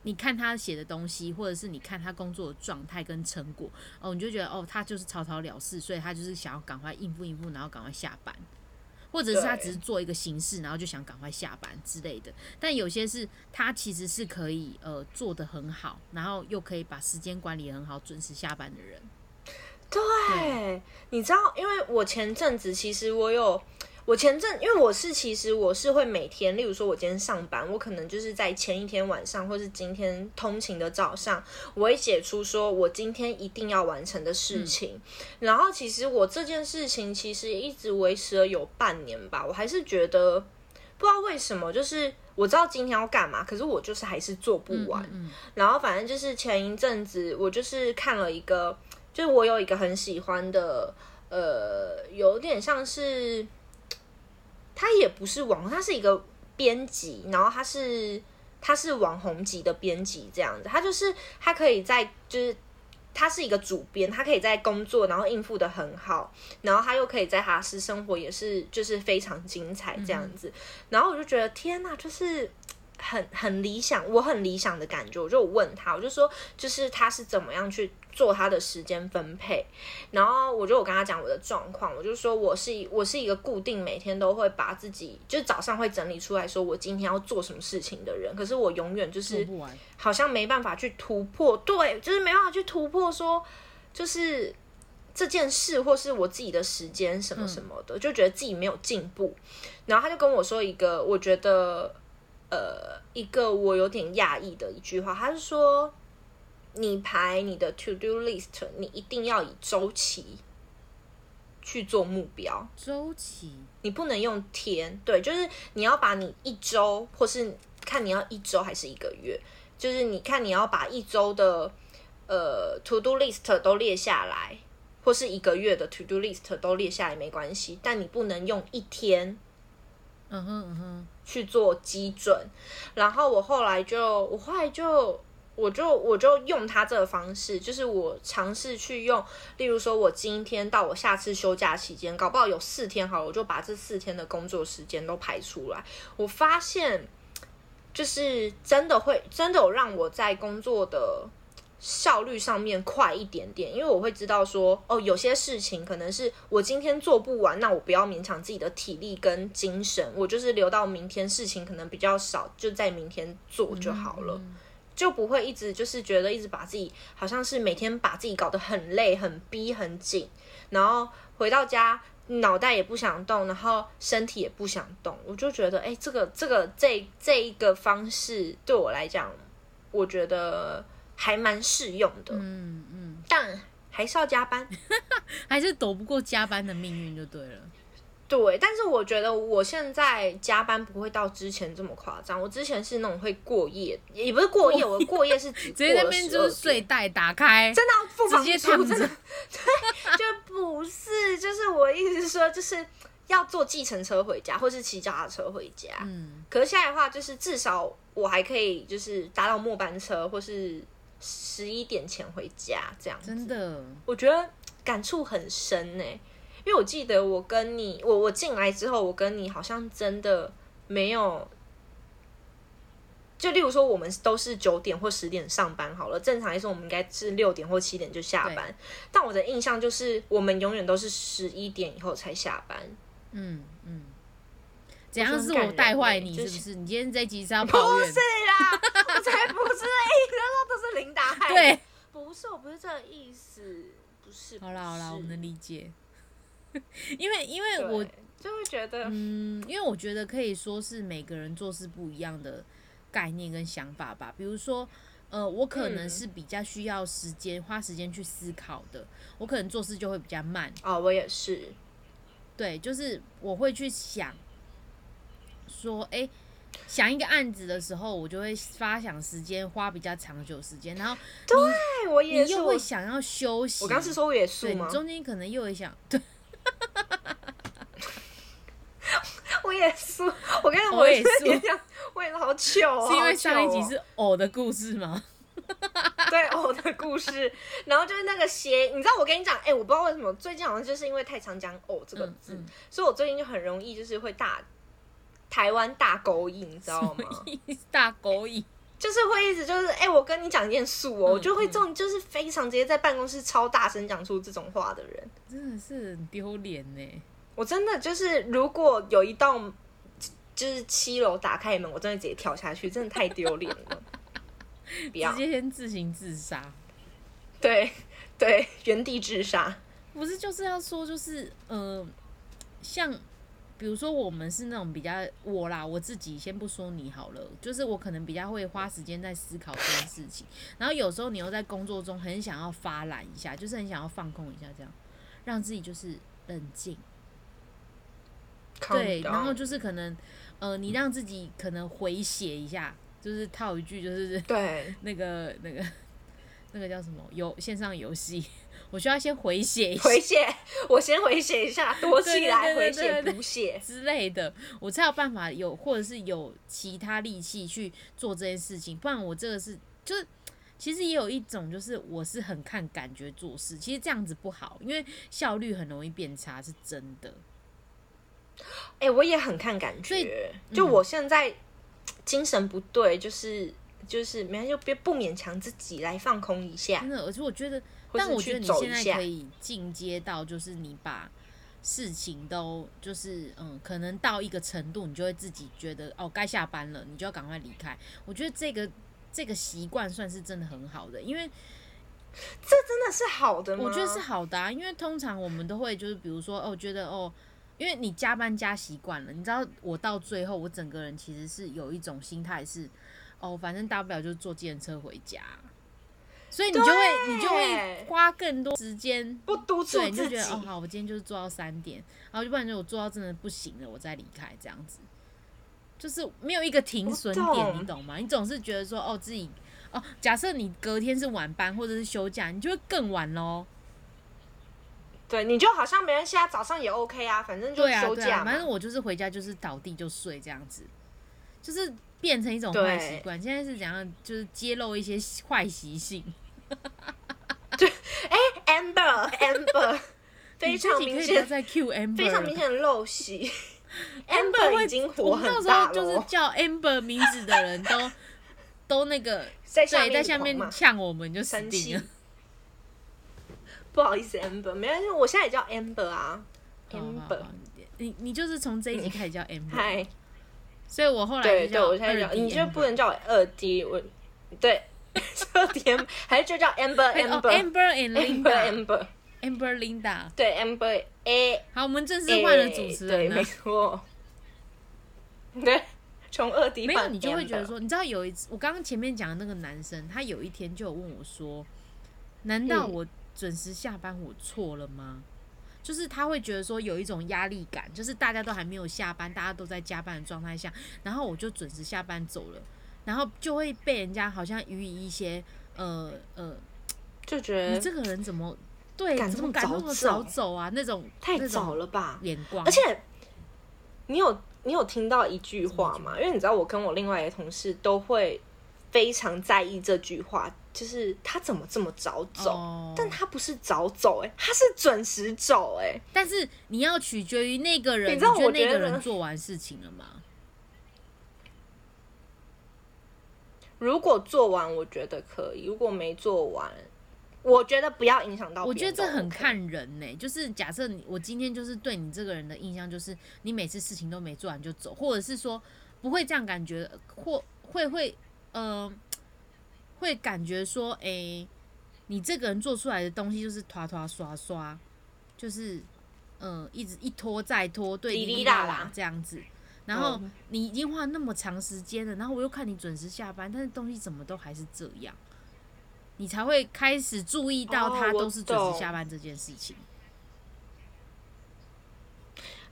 [SPEAKER 2] 你看他写的东西，或者是你看他工作的状态跟成果，哦，你就觉得哦，他就是草草了事，所以他就是想要赶快应付应付，然后赶快下班，或者是他
[SPEAKER 3] 对
[SPEAKER 2] 只是做一个形式，然后就想赶快下班之类的。但有些是他其实是可以呃做的很好，然后又可以把时间管理得很好，准时下班的人。
[SPEAKER 3] 对，你知道，因为我前阵子其实我有，我前阵因为我是其实我是会每天，例如说我今天上班，我可能就是在前一天晚上，或是今天通勤的早上，我会写出说我今天一定要完成的
[SPEAKER 2] 嗯
[SPEAKER 3] 事情。然后其实我这件事情其实一直维持了有半年吧，我还是觉得不知道为什么，就是我知道今天要干嘛，可是我就是还是做不完。
[SPEAKER 2] 嗯，
[SPEAKER 3] 然后反正就是前一阵子，我就是看了一个，就是我有一个很喜欢的，呃，有点像是，他也不是网，他是一个编辑，然后他是他是网红级的编辑这样子，他就是他可以在就是。他是一个主编，他可以在工作然后应付的很好，然后他又可以在他私生活也是就是非常精彩这样子，然后我就觉得天哪，就是很很理想，我很理想的感觉，我就问他，我就说，就是他是怎么样去做他的时间分配，然后我就我跟他讲我的状况，我就说我是一我是一个固定每天都会把自己，就是早上会整理出来说我今天要做什么事情的人，可是我永远就是
[SPEAKER 2] 做不完。
[SPEAKER 3] 好像没办法去突破，对，就是没办法去突破说，就是这件事或是我自己的时间什么什么的，就觉得自己没有进步。然后他就跟我说一个，我觉得呃，一个我有点讶异的一句话，他是说。你排你的 to do list，你一定要以周期去做目标。
[SPEAKER 2] 周期
[SPEAKER 3] 你不能用天，对，就是你要把你一周，或是看你要一周还是一个月，就是你看你要把一周的呃 to do list 都列下来，或是一个月的 to do list 都列下来没关系，但你不能用一天
[SPEAKER 2] 嗯哼嗯哼，
[SPEAKER 3] 去做基准。然后我后来就，我后来就，我就我就用他这个方式，就是我尝试去用，例如说我今天到我下次休假期间，搞不好有四天好了，我就把这四天的工作时间都排出来。我发现，就是真的会，真的有让我在工作的。效率上面快一点点，因为我会知道说，哦，有些事情可能是我今天做不完，那我不要勉强自己的体力跟精神，我就是留到明天，事情可能比较少，就在明天做就好了，就不会一直就是觉得一直把自己好像是每天把自己搞得很累、很逼、很紧，然后回到家脑袋也不想动，然后身体也不想动，我就觉得，哎、这个这个这这一个方式对我来讲，我觉得还蛮适用的，
[SPEAKER 2] 嗯嗯，
[SPEAKER 3] 但还是要加班。
[SPEAKER 2] 还是躲不过加班的命运就对了。
[SPEAKER 3] 对，但是我觉得我现在加班不会到之前这么夸张。我之前是那种会过夜，也不是过夜，我的过夜是直
[SPEAKER 2] 直接那边就是睡袋打开，
[SPEAKER 3] 真的要付
[SPEAKER 2] 直
[SPEAKER 3] 房
[SPEAKER 2] 接
[SPEAKER 3] 租，
[SPEAKER 2] 躺
[SPEAKER 3] 真
[SPEAKER 2] 着
[SPEAKER 3] 的。就不是，就是我意思是说，就是要坐计程车回家，或是骑脚踏车回家。
[SPEAKER 2] 嗯，
[SPEAKER 3] 可是现在的话，就是至少我还可以就是搭到末班车，或是十一点前回家这样子。
[SPEAKER 2] 真的，
[SPEAKER 3] 我觉得感触很深呢、因为我记得我跟你，我我进来之后，我跟你好像真的没有。就例如说，我们都是九点或十点上班好了，正常来说我们应该是六点或七点就下班。但我的印象就是，我们永远都是十一点以后才下班。
[SPEAKER 2] 嗯嗯。怎
[SPEAKER 3] 觉
[SPEAKER 2] 样
[SPEAKER 3] 得
[SPEAKER 2] 是
[SPEAKER 3] 很感
[SPEAKER 2] 我带
[SPEAKER 3] 人
[SPEAKER 2] 坏
[SPEAKER 3] 欸
[SPEAKER 2] 你
[SPEAKER 3] 就是是
[SPEAKER 2] 不是？你今天这集是要
[SPEAKER 3] 不
[SPEAKER 2] 抱怨
[SPEAKER 3] 是？啦，我才不是，一直说都是琳达害的。
[SPEAKER 2] 对，
[SPEAKER 3] 不是，我不是这个意思，不是。
[SPEAKER 2] 好啦好啦，
[SPEAKER 3] 不
[SPEAKER 2] 我
[SPEAKER 3] 是
[SPEAKER 2] 们能理解。 因为因为
[SPEAKER 3] 对
[SPEAKER 2] 我
[SPEAKER 3] 就会觉得，
[SPEAKER 2] 嗯，因为我觉得可以说是每个人做事不一样的概念跟想法吧。比如说，呃，我可能
[SPEAKER 3] 嗯
[SPEAKER 2] 是比较需要时间、花时间去思考的，我可能做事就会比较慢。
[SPEAKER 3] 哦，我也是，
[SPEAKER 2] 对，就是我会去想，说，哎、想一个案子的时候，我就会发想时间花比较长久时间，然后
[SPEAKER 3] 哎，我也
[SPEAKER 2] 你
[SPEAKER 3] 是。
[SPEAKER 2] 又
[SPEAKER 3] 我
[SPEAKER 2] 会想要休息。
[SPEAKER 3] 我刚是说我也是
[SPEAKER 2] 对，你
[SPEAKER 3] 吗？
[SPEAKER 2] 中间可能又会想，对，
[SPEAKER 3] 我也是，我跟你讲
[SPEAKER 2] 哦我也
[SPEAKER 3] 也
[SPEAKER 2] 是
[SPEAKER 3] 是这样，我也是 好糗哦。
[SPEAKER 2] 是因为
[SPEAKER 3] 好糗
[SPEAKER 2] 上一集
[SPEAKER 3] 哦
[SPEAKER 2] 是偶的故 事吗？
[SPEAKER 3] 对偶的故事，然后就是那个谐，你知道我跟你讲，哎、我不知道为什么最近好像就是因为太常讲“偶”这个
[SPEAKER 2] 嗯
[SPEAKER 3] 字，
[SPEAKER 2] 嗯，
[SPEAKER 3] 所以我最近就很容易就是会大台湾大勾引，你知道吗？
[SPEAKER 2] 大狗影。
[SPEAKER 3] 就是会一直就是哎、我跟你讲一件事哦、
[SPEAKER 2] 嗯
[SPEAKER 3] 我就会这种就是非常直接在办公室超大声讲出这种话的人，
[SPEAKER 2] 真的是很丢脸呢。
[SPEAKER 3] 我真的就是如果有一道就是七楼打开门，我真的直接跳下去，真的太丢脸 了，不要
[SPEAKER 2] 直接先自行自杀，
[SPEAKER 3] 对对原地自杀，
[SPEAKER 2] 不是就是要说就是呃，像比如说我们是那种比较我啦，我自己先不说你好了，就是我可能比较会花时间在思考这件事情，然后有时候你又在工作中很想要发懒一下，就是很想要放空一下，这样让自己就是冷静。对，
[SPEAKER 3] Calm down
[SPEAKER 2] 然后就是可能呃，你让自己可能回血一下，就是套一句就是
[SPEAKER 3] 对。
[SPEAKER 2] 那个那个那个叫什么游线上游戏，我需要先回血一下
[SPEAKER 3] 回血，我先回血一下，躲起来
[SPEAKER 2] 对对
[SPEAKER 3] 回
[SPEAKER 2] 对对
[SPEAKER 3] 血
[SPEAKER 2] 对
[SPEAKER 3] 补血。
[SPEAKER 2] 之类的，我才有办法有或者是有其他力气去做这件事情，不然我这个是就是。其实也有一种，就是我是很看感觉做事，其实这样子不好，因为效率很容易变差，是真的。
[SPEAKER 3] 哎、我也很看感
[SPEAKER 2] 所以嗯
[SPEAKER 3] 觉，就我现在、精神不对，就是就是，没关系，就别不勉强自己来放空一下
[SPEAKER 2] 真，的，而且我觉得，
[SPEAKER 3] 或
[SPEAKER 2] 但
[SPEAKER 3] 是
[SPEAKER 2] 我觉得
[SPEAKER 3] 去
[SPEAKER 2] 你
[SPEAKER 3] 走
[SPEAKER 2] 现
[SPEAKER 3] 一
[SPEAKER 2] 在
[SPEAKER 3] 下
[SPEAKER 2] 可。以进阶到，就是你把事情都就是嗯，可能到一个程度，你就会自己觉得哦，该下班了，你就要赶快离开。我觉得这个这个习惯算是真的很好的，因为
[SPEAKER 3] 这真的是好的吗？
[SPEAKER 2] 我觉得是好的、啊，因为通常我们都会就是比如说哦，觉得哦。因为你加班加习惯了，你知道我到最后，我整个人其实是有一种心态是，哦，反正大不了就坐计程车回家，啊所以你就会你就会
[SPEAKER 3] 对
[SPEAKER 2] 花更多时间
[SPEAKER 3] 不督促
[SPEAKER 2] 对，你就
[SPEAKER 3] 自己
[SPEAKER 2] 觉得，哦好，我今天就是做到三点，然后就不然就我做到真的不行了，我再离开这样子，就是没有一个停损点，
[SPEAKER 3] 懂
[SPEAKER 2] 你懂吗？你总是觉得说哦自己哦，假设你隔天是晚班或者是休假，你就会更晚喽。
[SPEAKER 3] 对，你就好像没人现在早上也 OK 啊，反正就
[SPEAKER 2] 对啊，
[SPEAKER 3] 休
[SPEAKER 2] 对
[SPEAKER 3] 假嘛。
[SPEAKER 2] 啊，反正我就是回家就是倒地就睡这样子，就是变成一种
[SPEAKER 3] 对
[SPEAKER 2] 坏习惯。现在是怎样？就是揭露一些坏习性，
[SPEAKER 3] Amber Amber 非常
[SPEAKER 2] 你自己
[SPEAKER 3] 明
[SPEAKER 2] 可以不要
[SPEAKER 3] 显，
[SPEAKER 2] 再 Q Amber，
[SPEAKER 3] 非常
[SPEAKER 2] 了
[SPEAKER 3] 明显的陋习。
[SPEAKER 2] Amber
[SPEAKER 3] Amber
[SPEAKER 2] 会
[SPEAKER 3] 已经
[SPEAKER 2] 我
[SPEAKER 3] 火
[SPEAKER 2] 们到
[SPEAKER 3] 很
[SPEAKER 2] 时
[SPEAKER 3] 大
[SPEAKER 2] 候
[SPEAKER 3] 了，哦
[SPEAKER 2] 就是叫 Amber 名字的人都都那个
[SPEAKER 3] 在下
[SPEAKER 2] 对，
[SPEAKER 3] 面
[SPEAKER 2] 在下面
[SPEAKER 3] 狂骂
[SPEAKER 2] 呛我们就死
[SPEAKER 3] 生气
[SPEAKER 2] 定了。。
[SPEAKER 3] 不好意思，amber，没关系，我现在也叫 amber 啊
[SPEAKER 2] 好好
[SPEAKER 3] ，amber 嗯
[SPEAKER 2] 好。你你就是从这一集 开始叫 Amber，、
[SPEAKER 3] 嗨，
[SPEAKER 2] 所以我后来
[SPEAKER 3] 对
[SPEAKER 2] 就
[SPEAKER 3] 对，
[SPEAKER 2] 叫
[SPEAKER 3] 我现在
[SPEAKER 2] 二
[SPEAKER 3] 叫，
[SPEAKER 2] 弟
[SPEAKER 3] 你就
[SPEAKER 2] Amber
[SPEAKER 3] 不能叫我二 D，我对， 二 D，Amber，还是就叫 amber
[SPEAKER 2] 哎哦
[SPEAKER 3] amber
[SPEAKER 2] Amber and Linda
[SPEAKER 3] amber amber，
[SPEAKER 2] Amber Linda。
[SPEAKER 3] 对 amber a，
[SPEAKER 2] 好，我们正式
[SPEAKER 3] 是
[SPEAKER 2] 换了主
[SPEAKER 3] 哎
[SPEAKER 2] 持
[SPEAKER 3] 对，
[SPEAKER 2] 人啊了
[SPEAKER 3] 没。错，对，从二 D
[SPEAKER 2] 没有，
[SPEAKER 3] 换
[SPEAKER 2] 你就会觉得
[SPEAKER 3] amber，
[SPEAKER 2] 说，你知道有一次，我刚刚前面讲的那个男生，他有一天就有问我说：“难道
[SPEAKER 3] 嗯
[SPEAKER 2] 我准时下班我错了吗？”就是他会觉得说有一种压力感，就是大家都还没有下班，大家都在加班的状态下，然后我就准时下班走了，然后就会被人家好像予以一些呃呃，
[SPEAKER 3] 就觉
[SPEAKER 2] 你
[SPEAKER 3] 得
[SPEAKER 2] 这个人怎么对
[SPEAKER 3] 敢嗯
[SPEAKER 2] 怎
[SPEAKER 3] 这么
[SPEAKER 2] 么敢那
[SPEAKER 3] 早
[SPEAKER 2] 么
[SPEAKER 3] 走
[SPEAKER 2] 早走啊？那种
[SPEAKER 3] 太
[SPEAKER 2] 那种
[SPEAKER 3] 早了吧，
[SPEAKER 2] 眼光，
[SPEAKER 3] 而且你有你有听到一句话
[SPEAKER 2] 什么
[SPEAKER 3] 吗？因为你知道，我跟我另外一个同事都会非常在意这句话，就是他怎么这么早走？
[SPEAKER 2] 哦
[SPEAKER 3] 但他不是早走、欸，哎，他是准时走、欸，哎，
[SPEAKER 2] 但是你要取决于那个人，
[SPEAKER 3] 你知道
[SPEAKER 2] 觉
[SPEAKER 3] 我觉
[SPEAKER 2] 那个
[SPEAKER 3] 得
[SPEAKER 2] 人做完事情了吗？
[SPEAKER 3] 如果做完，我觉得可以；如果没做完，我觉得不要影响到
[SPEAKER 2] 我
[SPEAKER 3] 别
[SPEAKER 2] 觉
[SPEAKER 3] 人
[SPEAKER 2] 得
[SPEAKER 3] 都
[SPEAKER 2] 这
[SPEAKER 3] OK。
[SPEAKER 2] 很看人呢、就是假设你我今天就是对你这个人的印象就是你每次事情都没做完就走，或者是说不会这样感觉，或会会呃会感觉说，哎、你这个人做出来的东西就是拖拖刷刷，就是嗯、呃一直一拖再拖，对，
[SPEAKER 3] 哩哩
[SPEAKER 2] 哩
[SPEAKER 3] 啦
[SPEAKER 2] 啦
[SPEAKER 3] 啦
[SPEAKER 2] 啦这样子。然后
[SPEAKER 3] 嗯
[SPEAKER 2] 你已经花那么长时间了，然后我又看你准时下班，但是东西怎么都还是这样，你才会开始注意到
[SPEAKER 3] 哦
[SPEAKER 2] 他
[SPEAKER 3] 我
[SPEAKER 2] 都是准时
[SPEAKER 3] 懂
[SPEAKER 2] 下班这件事情。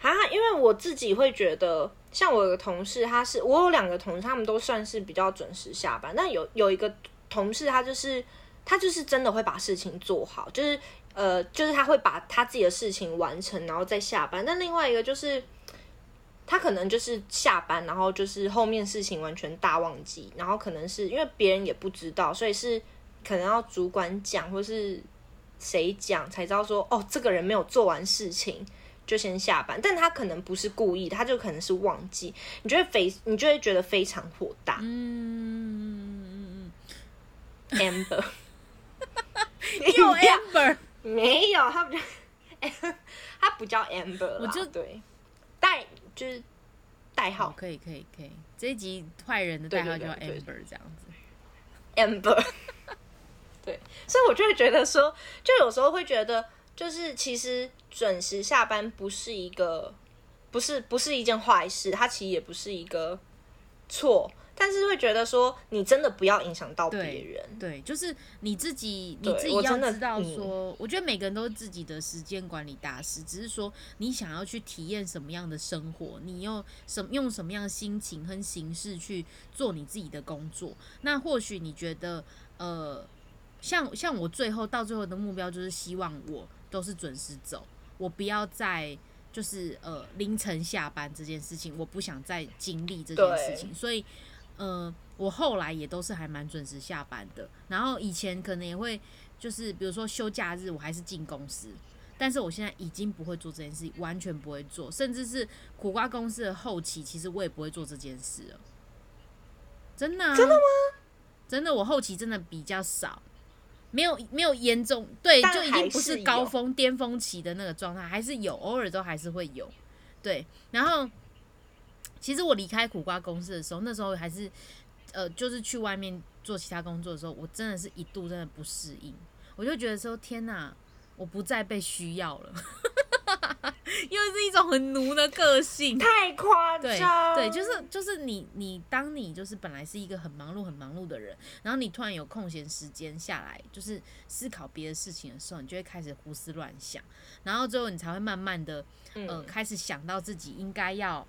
[SPEAKER 3] 啊，因为我自己会觉得，像我有个同事，他是我有两个同事，他们都算是比较准时下班，但有有一个同事，他就是他就是真的会把事情做好，就是呃，就是他会把他自己的事情完成，然后再下班。但另外一个就是。他可能就是下班，然后就是后面事情完全大忘记，然后可能是因为别人也不知道，所以是可能要主管讲或是谁讲才知道说，哦，这个人没有做完事情，就先下班，但他可能不是故意，他就可能是忘记，你就会非你就会觉得非常火大。嗯
[SPEAKER 2] 嗯，
[SPEAKER 3] Amber
[SPEAKER 2] 又哦 Amber，
[SPEAKER 3] 没有，他不叫， 他不叫 Amber，啦
[SPEAKER 2] 我就
[SPEAKER 3] 对代就是代
[SPEAKER 2] 好，
[SPEAKER 3] 号
[SPEAKER 2] 哦可以可以可以，这一集坏人的
[SPEAKER 3] 对
[SPEAKER 2] 代
[SPEAKER 3] 对
[SPEAKER 2] 号叫
[SPEAKER 3] 对对
[SPEAKER 2] Amber 这样子。嗯
[SPEAKER 3] Amber。对，所以我就会觉得说，就有时候会觉得，就是其实准时下班不是一个，不是不是一件坏事，它其实也不是一个错，但是会觉得说，你真的不要影响到别
[SPEAKER 2] 对
[SPEAKER 3] 人。
[SPEAKER 2] 对，就是你自己，你
[SPEAKER 3] 对
[SPEAKER 2] 自己
[SPEAKER 3] 我
[SPEAKER 2] 要
[SPEAKER 3] 真的
[SPEAKER 2] 知道
[SPEAKER 3] 嗯
[SPEAKER 2] 说，我觉得每个人都是自己的时间管理大师，只是说你想要去体验什么样的生活，你用什么用什么样的心情和形式去做你自己的工作。那或许你觉得，呃，像像我最后到最后的目标就是希望我都是准时走，我不要再就是呃凌晨下班这件事情，我不想再经历这件事情，所以呃我后来也都是还蛮准时下班的，然后以前可能也会就是比如说休假日我还是进公司。但是我现在已经不会做这件事，完全不会做，甚至是苦瓜公司的后期，其实我也不会做这件事了。真的、啊？真的吗？真的，我后期真的比较少，没有没有严重，对，
[SPEAKER 3] 但
[SPEAKER 2] 就已
[SPEAKER 3] 还
[SPEAKER 2] 经不
[SPEAKER 3] 是
[SPEAKER 2] 是
[SPEAKER 3] 有
[SPEAKER 2] 高峰巅峰期的那个状态，还是有，偶尔都还是会有，对。然后，其实我离开苦瓜公司的时候，那时候还是呃，就是去外面做其他工作的时候，我真的是一度真的不适应，我就觉得说天哪，我不再被需要了， 又是一种很奴的个性。
[SPEAKER 3] 太夸
[SPEAKER 2] 对
[SPEAKER 3] 张，
[SPEAKER 2] 对，就是就是你你当你就是本来是一个很忙碌很忙碌的人，然后你突然有空闲时间下来，就是思考别的事情的时候，你就会开始胡思乱想，然后最后你才会慢慢的呃
[SPEAKER 3] 嗯，
[SPEAKER 2] 开始想到自己应该要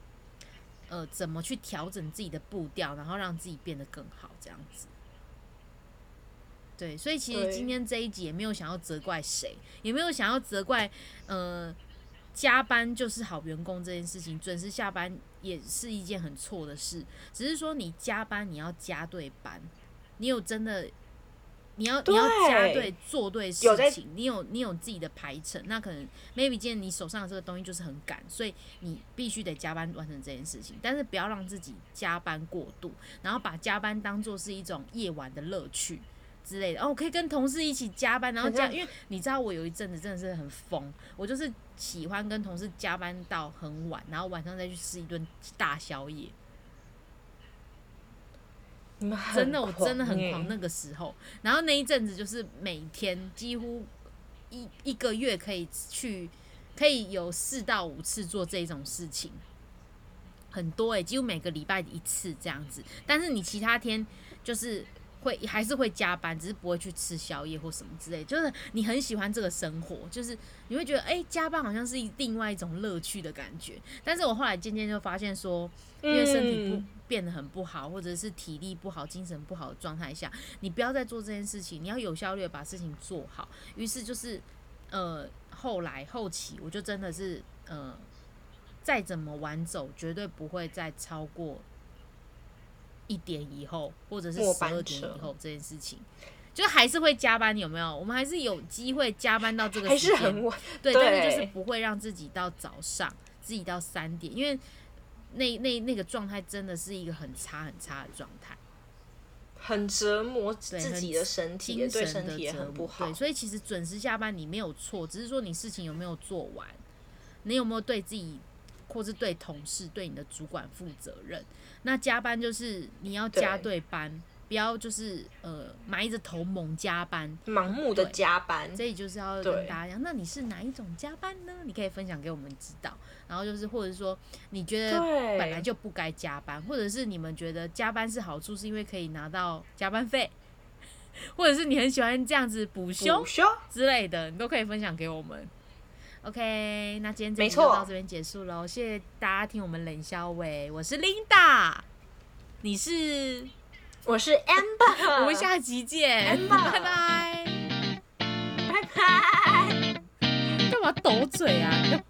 [SPEAKER 2] 呃怎么去调整自己的步调，然后让自己变得更好这样子。对，所以其实
[SPEAKER 3] 对
[SPEAKER 2] 今天这一集也没有想要责怪谁，也没有想要责怪呃加班就是好员工这件事情，准时下班也是一件很错的事。只是说你加班你要加对班，你有真的你要你要加
[SPEAKER 3] 对
[SPEAKER 2] 对做对事
[SPEAKER 3] 有在
[SPEAKER 2] 情，你有你有自己的排程，那可能 maybe 今天你手上的这个东西就是很赶，所以你必须得加班完成这件事情，但是不要让自己加班过度，然后把加班当做是一种夜晚的乐趣。之类的，哦，我可以跟同事一起加班，然后
[SPEAKER 3] 很
[SPEAKER 2] 加，
[SPEAKER 3] 像
[SPEAKER 2] 因为你知道我有一阵子真的是很疯，我就是喜欢跟同事加班到很晚，然后晚上再去吃一顿大宵夜，
[SPEAKER 3] 你们很
[SPEAKER 2] 真的，我真的很
[SPEAKER 3] 欸
[SPEAKER 2] 狂那个时候。然后那一阵子就是每天几乎一一个月可以去，可以有四到五次做这种事情，很多哎、欸，几乎每个礼拜一次这样子。但是你其他天就是会还是会加班，只是不会去吃宵夜或什么之类，就是你很喜欢这个生活，就是你会觉得哎、欸加班好像是一另外一种乐趣的感觉。但是我后来渐渐就发现说，因为身体不
[SPEAKER 3] 嗯
[SPEAKER 2] 变得很不好，或者是体力不好、精神不好的状态下，你不要再做这件事情，你要有效率地把事情做好。于是就是，呃，后来后期我就真的是，呃，再怎么晚走，绝对不会再超过一点以后，或者是
[SPEAKER 3] 末
[SPEAKER 2] 十
[SPEAKER 3] 班
[SPEAKER 2] 二点
[SPEAKER 3] 车
[SPEAKER 2] 以后这件事情。就还是会加班，有没有？我们还是有机会加班到这个
[SPEAKER 3] 还
[SPEAKER 2] 时间，
[SPEAKER 3] 是很晚，
[SPEAKER 2] 对，
[SPEAKER 3] 对
[SPEAKER 2] 但是就是不会让自己到早上，自己到三点，因为那那那个状态真的是一个很差很差的状态，
[SPEAKER 3] 很折磨
[SPEAKER 2] 对，
[SPEAKER 3] 自
[SPEAKER 2] 很
[SPEAKER 3] 己的身体，也
[SPEAKER 2] 精
[SPEAKER 3] 对
[SPEAKER 2] 神
[SPEAKER 3] 身
[SPEAKER 2] 的
[SPEAKER 3] 体也
[SPEAKER 2] 折
[SPEAKER 3] 很
[SPEAKER 2] 磨
[SPEAKER 3] 不。好
[SPEAKER 2] 对，。所以其实准时下班你没有错，只是说你事情有没有做完，你有没有对自己或是对同事、对你的主管负责任。那加班就是你要加
[SPEAKER 3] 对
[SPEAKER 2] 对班，不要就是呃埋着头猛加班。
[SPEAKER 3] 盲目的
[SPEAKER 2] 对
[SPEAKER 3] 加班，
[SPEAKER 2] 所以就是要
[SPEAKER 3] 对
[SPEAKER 2] 跟大家讲，那你是哪一种加班呢？你可以分享给我们知道。然后就是或者说你觉得
[SPEAKER 3] 对
[SPEAKER 2] 本来就不该加班，或者是你们觉得加班是好处，是因为可以拿到加班费， 或者是你很喜欢这样子补休
[SPEAKER 3] 午休，
[SPEAKER 2] 之类的，你都可以分享给我们。OK，那今天这
[SPEAKER 3] 没
[SPEAKER 2] 集就
[SPEAKER 3] 错
[SPEAKER 2] 到这边结束喽，谢谢大家听我们冷笑伟，我是 Linda，你是，
[SPEAKER 3] 我 是 Amber，
[SPEAKER 2] 我们下集见，拜拜。
[SPEAKER 3] 拜拜。
[SPEAKER 2] 干嘛抖嘴啊？